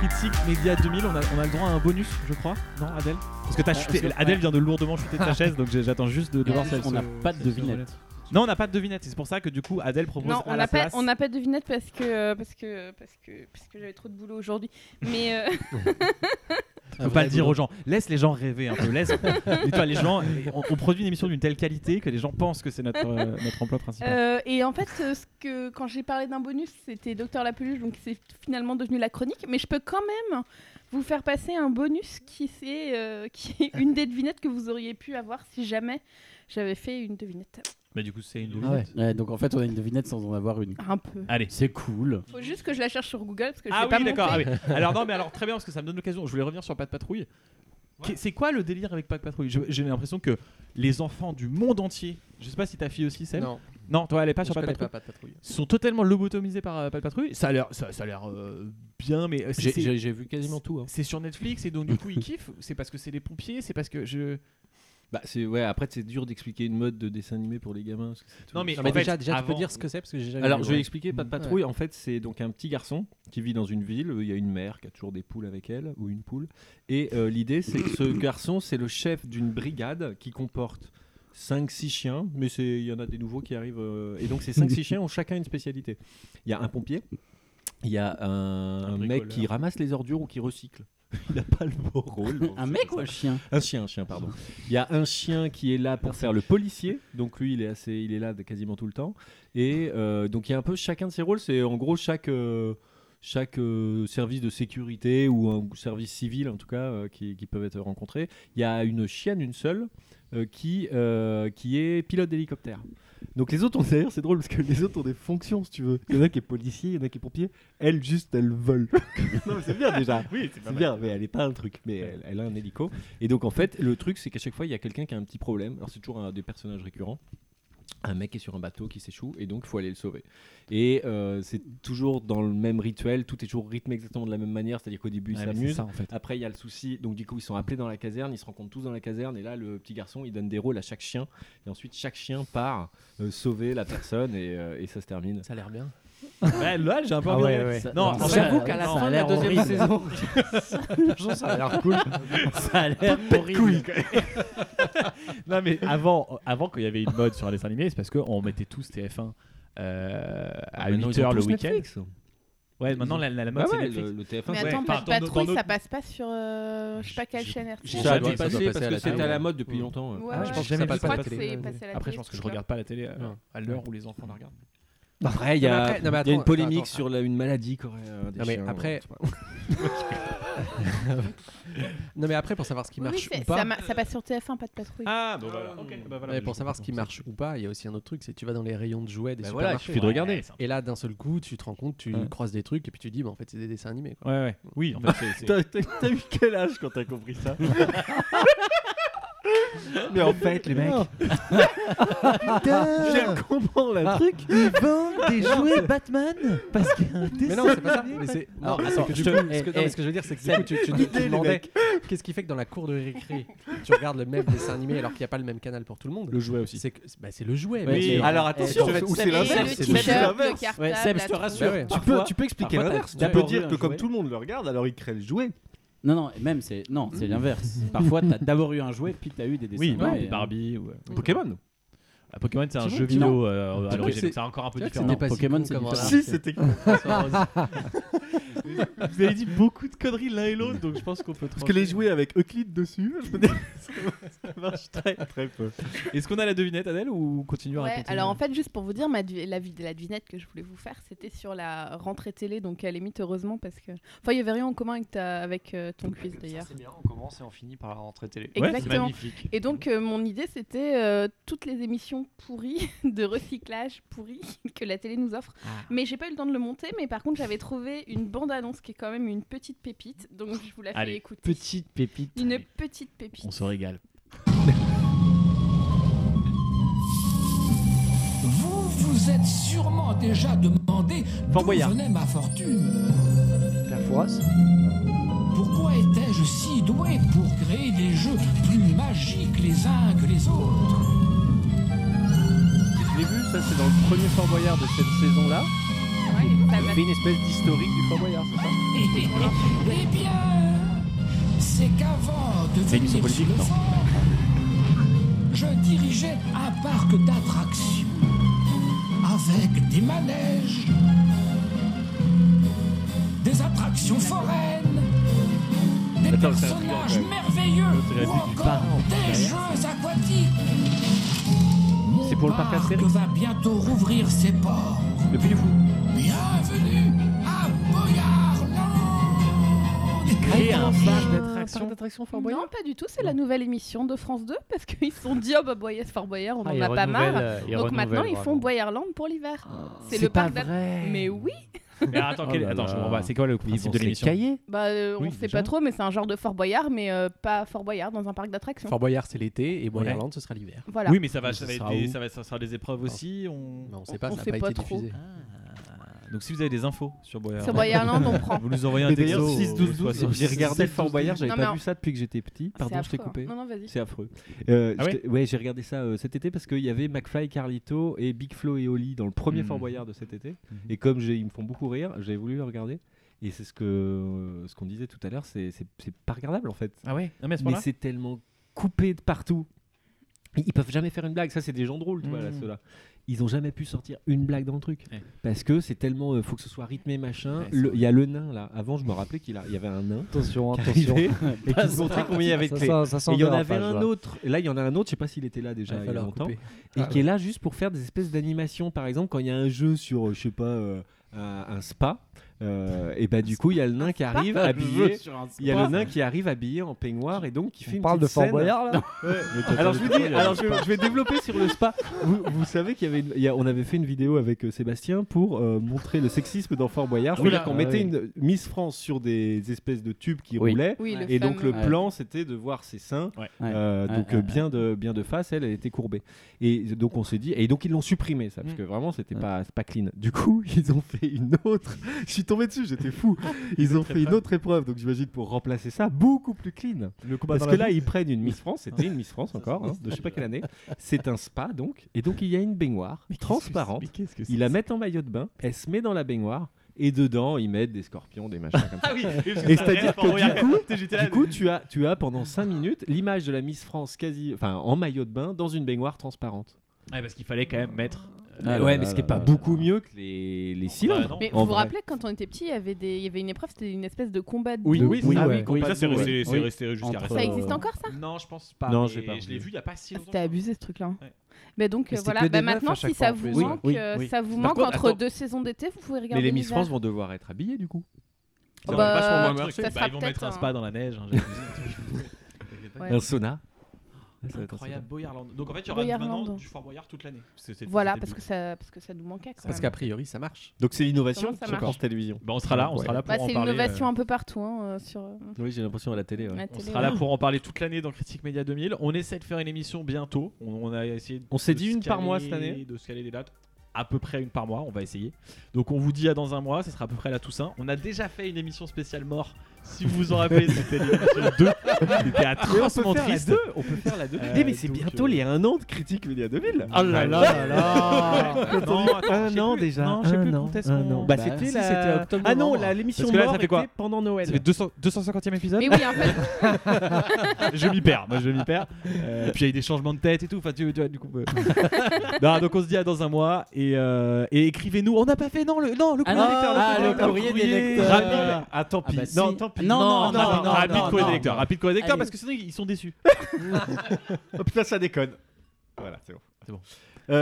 Critique Média 2000, on a, on a le droit à un bonus, je crois, non Adèle Parce que t'as chuté, parce que- Adèle vient de lourdement chuter de sa chaise, donc j'ai- j'attends juste de, de voir si elle on se- n'a pas de devinette. Non, on n'a pas de devinette, et c'est pour ça que du coup Adèle propose Non, à on la n'a pas, place. on n'a pas de devinette parce que parce que parce que parce que j'avais trop de boulot aujourd'hui. Mais euh, Je peux Ah, pas le dire aux gens. Laisse les gens rêver un peu. Laisse. Dis-toi, les gens, on, on produit une émission d'une telle qualité que les gens pensent que c'est notre, euh, notre emploi principal. euh, et en fait, euh, ce que quand j'ai parlé d'un bonus, c'était Docteur La Peluche, donc c'est finalement devenu la chronique. Mais je peux quand même vous faire passer un bonus qui c'est euh, qui est une des devinettes que vous auriez pu avoir si jamais j'avais fait une devinette. Mais du coup, c'est une Ah ouais. Ouais, donc en fait, on a une devinette sans en avoir une. Un peu. Allez. C'est cool. Faut juste que je la cherche sur Google parce que je Ah l'ai pas oui, d'accord. montée. ah oui. Alors non, mais alors très bien parce que ça me donne l'occasion. Je voulais revenir sur Pat Patrouille. Qu'est- C'est quoi le délire avec Pat Patrouille Je- J'ai l'impression que les enfants du monde entier, je sais pas si ta fille aussi, Seb. Non, Non, toi, elle est pas je sur Pat Ah, connais Patrouille. pas Pat Patrouille. Sont totalement lobotomisés par euh, Pat Patrouille. Ça a l'air, ça, ça a l'air euh, bien, mais euh, c'est- J'ai- c'est- J'ai j'ai vu quasiment tout. hein. c'est sur Netflix et donc du coup ils kiffent. C'est parce que c'est des pompiers, c'est parce que je. Bah, c'est, ouais, après, c'est dur d'expliquer une mode de dessin animé pour les gamins. parce que c'est tout- Non, mais Non, mais en fait, déjà, déjà tu peux avant- dire ce que c'est parce que j'ai jamais Alors, vu, je vais ouais. expliquer Pas de patrouille. En fait, c'est donc un petit garçon qui vit dans une ville. Il y a une mère qui a toujours des poules avec elle, ou une poule. Et euh, l'idée, c'est que ce garçon, c'est le chef d'une brigade qui comporte 5-6 chiens, mais c'est- il y en a des nouveaux qui arrivent. euh, et donc, ces 5-6 chiens ont chacun une spécialité. Il y a un pompier, il y a un, Un mec qui bricoleur. ramasse les ordures ou qui recycle. Il n'a pas le beau rôle. donc Un c'est mec comme ou ça. un chien Un chien, un chien, pardon. Il y a un chien qui est là pour faire le policier, donc lui il est assez, il est là de- quasiment tout le temps. Et euh, donc il y a un peu chacun de ses rôles, c'est en gros chaque euh, chaque euh, service de sécurité ou un service civil en tout cas euh, qui, qui peuvent être rencontrés. Il y a une chienne, une seule, euh, qui euh, qui est pilote d'hélicoptère. Donc les autres ont d'ailleurs c'est drôle parce que les autres ont des fonctions si tu veux. Il y en a qui est policier, il y en a qui est pompier. Elle juste elle vole. non mais c'est bien déjà. Oui, C'est bien, mais elle est pas un truc, mais elle, elle a un hélico. Et donc en fait, le truc, c'est qu'à chaque fois, il y a quelqu'un qui a un petit problème. Alors c'est toujours un des personnages récurrents. un mec est sur un bateau qui s'échoue et donc il faut aller le sauver. Et euh, c'est toujours dans le même rituel, tout est toujours rythmé exactement de la même manière, c'est-à-dire qu'au début ils Ouais, mais c'est s'amusent, ça en fait. après, il y a le souci. Donc, du coup, ils sont appelés dans la caserne, ils se rencontrent tous dans la caserne. Et là, le petit garçon, il donne des rôles à chaque chien. Et ensuite, chaque chien part euh, sauver la personne et, euh, et ça se termine. Ça a l'air bien. Ouais, là, j'ai un Ah peu envie de- Ça- Non, en j'avoue fait, qu'à la non, fin de la deuxième saison, ça a l'air cool. ça a l'air horrible. Non, mais avant, avant qu'il y avait une mode sur les dessins animés, c'est parce qu'on mettait tous TF1 euh, à 8h le week-end. Ouais, maintenant la, la- la mode Bah c'est ouais, Netflix. le, le TF1. Mais ouais. attends, Enfin, dans Patch nos- Patrouille, dans nos- ça passe pas sur euh, je sais pas quelle chaîne RTL. J'ai Ça jamais doit- ça doit passé passer parce à que la c'était télé, à la ouais. mode depuis longtemps. Ouais, Ah, ouais, Ah, je pense que jamais je passé crois à la que télé. c'est passé à la Après, je télé, pense que ce je truc-là. regarde pas la télé euh, Non. à l'heure où les enfants la regardent. Après, il y Non, mais a, après- non, mais il y a une attends, polémique attends, sur la- une maladie qu'aurait euh, des Non, mais chiens, après- euh, je sais pas. Non, mais après, pour savoir ce qui Oui, marche c'est- ou pas. ça, ma- ça passe sur TF1, pas de patrouille. Ah, bon voilà. bah Ouais, pour savoir ce qui marche ou pas, il y a aussi un autre truc, c'est que tu vas dans les rayons de jouets des Bah voilà, il supermarchés. suffit de regarder. Et là, d'un seul coup, tu te rends compte, tu Ouais. croises des trucs et puis tu dis, bah, en fait, c'est des dessins animés. Quoi. Ouais, ouais. Oui, en fait, c'est- c'est. T'as t'as eu quel âge quand t'as compris ça Mais en fait, les mecs, Je comprends la truc. Ils vendent des jouets Batman parce qu'il y a un dessin Mais non, c'est pas ça. animé Mais c'est. Non, Alors, mais attends, c'est que je du te- coup, ce que- eh, non, mais ce que je veux dire, c'est que du coup, tu, tu, tu te demandais qu'est-ce qui fait que dans la cour de récré, tu regardes le même dessin animé alors qu'il n'y a pas le même canal pour tout le monde. le jouet aussi. C'est que- bah, c'est le jouet. Ouais, mec. mais- Alors attention, Eh, en fait, ou Ça c'est met l'inverse, le c'est t-shirt, le l'inverse. le cartable, Ah, Ouais, Seb, hein. je te la- rassure. Bah ouais. parfois- Tu peux, tu peux expliquer Parfois, t'as- l'inverse. Tu t'as peux horreur, dire que un comme jouet. tout le monde le regarde, alors il crée le jouet. Non, non, même c'est non, c'est l'inverse. Parfois, t'as d'abord eu un jouet, puis t'as eu des dessins. Oui, animés. Barbie ou. euh, Pokémon. Ah, Pokémon, c'est un C'est jeu vrai, tu vois. vidéo euh, à C'est vrai l'origine, que donc c'est encore un peu c'est vrai que différent. Non, pas si Pokémon, con c'est comme différent. remarque. Si, c'était Vous avez dit beaucoup de conneries l'un et l'autre, donc je pense qu'on peut. Parce que les jouets avec Euclide dessus, je me dis, ça marche très très peu. Est-ce qu'on a la devinette, Adèle, ou continue à Ouais, raconter alors en fait, juste pour vous dire, ma du- la, vi- la devinette que je voulais vous faire, c'était sur la rentrée télé, donc à la limite, heureusement, parce que. Enfin, il y avait rien en commun avec, ta- avec euh, ton quiz d'ailleurs. C'est bien, on commence et on finit par la rentrée télé. Ouais, c'est Exactement. magnifique. Et donc, euh, mon idée, c'était euh, toutes les émissions pourries de recyclage pourries que la télé nous offre. Mais j'ai pas eu le temps de le monter, mais par contre, j'avais trouvé une bande-annonce qui est quand même une petite pépite, donc je vous la fais Allez, écouter. Petite pépite. Une petite pépite. On se régale. Vous vous êtes sûrement déjà demandé d'où venait ma fortune. La foirasse Pourquoi étais-je si doué pour créer des jeux plus magiques les uns que les autres Je l'ai vu, ça c'est dans le premier Fort Boyard de cette saison-là. Ouais, ça va- une espèce d'historique du Fort Boyard, c'est ça Eh bien, c'est qu'avant de venir sur le fort, je dirigeais un parc d'attractions avec des manèges, des attractions foraines, des personnages merveilleux ou encore des jeux aquatiques. Mon C'est pour le parc Ah, Astérix. va bientôt rouvrir ses ports. Le Puy du Fou. Bienvenue à Boyardland Ah, Attraction d'attraction Fort Non, pas du tout, c'est la nouvelle émission de France 2 parce qu'ils se sont dit, oh bah Boyard, Fort Boyard, on Ah, en ils a pas renouvellent, marre. euh, ils Donc renouvellent maintenant, ils font vraiment. Boyardland pour l'hiver. c'est le parc d'at- Mais oui, Mais attends, quel- Oh là attends, là. je comprends pas. C'est quoi le principe de l'émission bah euh, Oui, on sait déjà. pas trop, mais c'est un genre de Fort Boyard, mais euh, pas Fort Boyard dans un parc d'attractions. Fort Boyard, c'est l'été et Boyardland, ce sera l'hiver. Voilà. Oui, mais ça va, Ça ça va être sera des- où ça va- ça sera des épreuves aussi. On... Mais Bah, on sait pas, on ça sait n'a pas pas été trop. diffusé. Donc si vous avez des infos sur Boyard, Sur Boyardland, on prend. vous nous envoyez un Mais d'ailleurs, texto. au- 6 12 soit sur 12 j'ai regardé 6 Fort Boyard, j'avais Non, mais pas en- vu ça depuis que j'étais petit. Pardon, je t'ai coupé. hein. Non, non, vas-y. C'est affreux. Euh, Ah je ouais t'ai- ouais, j'ai regardé ça euh, cet été parce qu'il y avait McFly, Carlito et Big Flo et Oli dans le premier Mm. Mhm. Fort Boyard de cet été. Mhm. Mm-hmm. Et comme j'ai- ils me font beaucoup rire, j'ai voulu le regarder. Et c'est ce que euh, ce qu'on disait tout à l'heure, c'est c'est- c'est pas regardable en fait. Ah ouais Non mais à ce Mais moment-là c'est tellement coupé de partout. Ils ils peuvent jamais faire une blague. Ça, c'est des gens drôles, tu vois, là, Mhm. ceux-là. Ils ont jamais pu sortir une blague dans le truc. Ouais. Parce que c'est tellement. euh, faut que ce soit rythmé, machin. Ouais, c'est Le- Il y a le nain, là. Avant, je me rappelais qu'il a- il y avait un nain. Attention, qui attention. arrivait et qui se montrait combien il y avait de Ça clés. sent- ça sent Et il y en dehors, avait page, un là. autre. Et là, il y en a un autre, je sais pas s'il était là déjà Il va il y a falloir longtemps. couper. Ah Et qui est là juste pour faire des espèces d'animations. Par exemple, quand il y a un jeu sur, euh, je sais pas, euh, à un spa. euh, et bah du coup il y a le nain qui arrive Ah, je veux habillé. sur un Il y a spa. le nain qui arrive habillé en peignoir et donc qui fait On une parle de petite Fort scène. Boyard là Alors je vous dis, alors je, je vais développer sur le spa. Vous, vous savez qu'il y avait, une- il y a- on avait fait une vidéo avec euh, Sébastien pour euh, montrer le sexisme dans Fort Boyard. Oula. C'est-à-dire qu'on Ah mettait oui. une Miss France sur des espèces de tubes qui Oui. roulaient. Oui, le Et donc le fameux. Ouais. plan, c'était de voir ses seins, Ouais. euh, Ouais. donc Ouais, euh, ouais, bien de bien de face, elle, elle était courbée. Et donc on s'est dit, et donc ils l'ont supprimé ça, parce que vraiment c'était Ouais. pas c'est pas clean. Du coup ils ont fait une autre. Je suis tombé dessus, j'étais fou. Ils ont fait une autre épreuve, donc j'imagine pour remplacer ça, beaucoup plus clean. Le combat Parce que là ils prennent une Miss France, c'était une Miss France encore, hein, de je sais pas quelle année. C'est un spa donc, et donc il y a une baignoire transparente. Qu'est-ce que c'est Ils la mettent en maillot de bain, elle se met dans la baignoire. Et dedans, ils mettent des scorpions, des machins comme ça. Et c'est-à-dire que du coup, du coup, tu as, tu as pendant 5 minutes l'image de la Miss France quasi, enfin en maillot de bain dans une baignoire transparente. Ouais, parce qu'il fallait quand même mettre. Ah là ouais, là mais ce qui là est pas là beaucoup là. mieux que les, les Bah, cylindres. non. Mais En vous vous vrai. rappelez quand on était petit, il y avait des, il y avait une épreuve, c'était une espèce de combat de Oui, De- oui, oui, ah ouais. oui, combat Oui, ça, de c'est dos, resté- ouais. oui. resté Entre- Ça existe encore ça Non, je pense pas. Non, mais j'ai pas Je l'ai revu. vu il y a pas si Ah, longtemps. C'était abusé ce truc-là. Ouais. Mais donc Mais euh, c'était que des voilà, bah, meufs à maintenant si chaque ça fois, en vous plus. manque, Oui, euh, oui. ça vous Par manque contre, entre attends. deux saisons d'été, vous pouvez regarder. Mais les les Miss France vagues. vont devoir être habillées du coup. Ça Oh, va bah, vachement moins marcher. ça sera Bah, ils vont peut-être mettre un un- spa dans la neige. hein, un jacuzzi, un truc. Ouais. Un sauna. Incroyable, Boyarland. Donc en fait, il y aura Boyarland. maintenant du Fort Boyard toute l'année. C'est- c'est- Voilà, c'est parce début. que ça, parce que ça nous manquait. Quand Parce même. qu'a priori, ça marche. Donc c'est l'innovation Comment ça sur marche France Télévisions. Bah, on sera là, on sera là pour Bah, en c'est une parler. euh, innovation un peu partout hein, euh, sur euh, Oui, j'ai l'impression à la télé. la On télé. hein. sera là Mm. pour en parler toute l'année dans Critique Média 2000. On essaie de faire une émission bientôt. On, on a essayé. de On s'est se dit une par mois cette caler- année. De se caler des dates. À peu près une par mois, on va essayer. Donc on vous dit à dans un mois, ce sera à peu près la Toussaint. On a déjà fait une émission spéciale mort. Si vous vous en rappelez, c'était l'émission 2. C'était atrocement triste. On peut faire la 2. Euh, Eh mais c'est donc, bientôt euh, les Ah 1 an de critique Média 2000. Oh là là là Non, un an déjà. Non, je sais un plus an, quand est-ce un qu'on- an. Bah, Bah, c'était si, la- c'était octobre, Ah non, novembre. la- l'émission Parce que là, ça mort fait quoi était pendant Noël. Ça fait 200 250e épisode. Mais oui, en fait, je m'y perds, moi je m'y perds. Euh, puis il y a eu des changements de tête et tout. Enfin, tu, tu vois, du coup. euh. non, donc on se dit à dans un mois et, euh, et écrivez-nous. On n'a pas fait non le non le Ah courrier non, des lecteurs, ah, le courrier courrier des lecteurs. Rapide. Ah tant Ah pis. bah si. Non, tant pis. Non, non, non, non, rapide non, courrier non. des lecteurs, rapide courrier des lecteurs Allez. parce que sinon ils sont déçus. Oh putain, ça déconne. Voilà, c'est bon. C'est bon.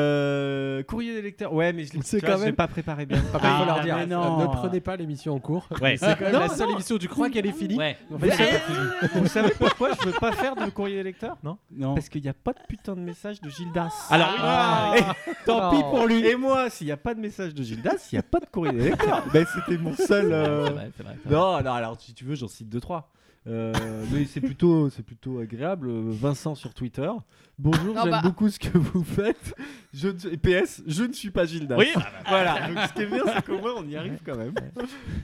Euh, courrier des lecteurs. Ouais, mais je l'ai C'est tu vois, quand je même- l'ai pas préparé bien. Après, Ah, il faut leur mais dire non. ne prenez pas l'émission en cours. Ouais. C'est quand même Ah, Non, la seule non. émission où tu crois qu'elle est finie. Ouais. En fait, c'est- Vous savez pourquoi je veux pas faire de courrier des lecteurs Ah, Non. Non. Parce qu'il n'y a pas de putain de message de Gildas. Alors oui. ah. Et- tant pis pour lui. Et moi, s'il n'y a pas de message de Gildas, il n'y a pas de courrier des lecteurs. ben, c'était mon seul. euh, C'est vrai, c'est vrai, c'est vrai. Non, non, alors si tu veux, j'en cite 2-3. mais c'est plutôt, c'est plutôt agréable. Euh, Vincent sur Twitter. Bonjour, Non, j'aime bah. beaucoup ce que vous faites. Je ne- et PS, je ne suis pas Gilda. Oui, voilà. Donc, ce qui est bien, c'est qu'au moins on y arrive quand même.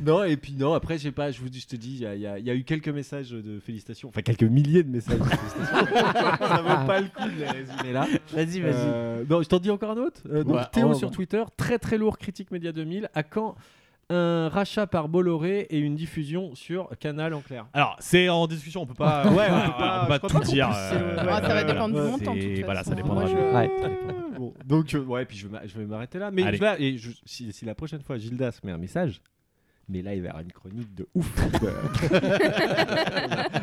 non, et puis non, après, j'ai pas, je vous dis, je te dis, il y, a- il y a- il y a eu quelques messages de félicitations, enfin quelques milliers de messages de félicitations. Ça vaut pas le coup de les résumer là. Vas-y, Euh, non, je t'en dis encore un autre. Euh, donc, Ouais, Théo oh, sur bah. Twitter, très très lourd critique Média 2000. À quand un rachat par Bolloré et une diffusion sur Canal en clair Alors c'est en discussion, on peut pas. Ouais, on peut on peut pas- je pas crois tout pas qu'on dire. puisse, euh, euh, Ah, ça va voilà. dépendre du montant. de C'est- toute Voilà, ça façon, dépendra. hein. du- Ouais. Bon, donc euh, ouais, puis je vais, m'a- je vais m'arrêter là. Mais Ah. Allez. je- là, et je- si, si la prochaine fois Gildas met un message, mais là il va y avoir une chronique de ouf.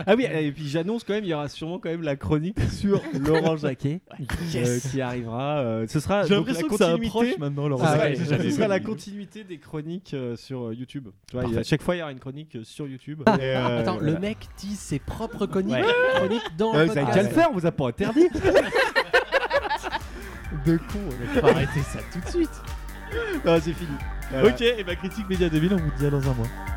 ah oui, et puis j'annonce quand même, il y aura sûrement quand même la chronique sur Laurent Jacquet euh, qui arrivera. euh, ce sera J'ai donc, la l'impression que ça continuité. approche maintenant. Laurent. Ce sera- Ouais, ce j'avais sera vu. la continuité des chroniques euh, sur euh, YouTube. Tu vois, il y a- Parfait. chaque fois, il y aura une chronique euh, sur YouTube. Et, euh, Attends, voilà. le mec dit ses propres chroniques, Ouais. chroniques dans Euh, le vous avez podcast. déjà le faire, on vous a pas interdit. de con. Faut arrêter ça tout de suite. Non, c'est fini. Voilà. Ok, et ma critique média 2000, on vous dit à dans un mois.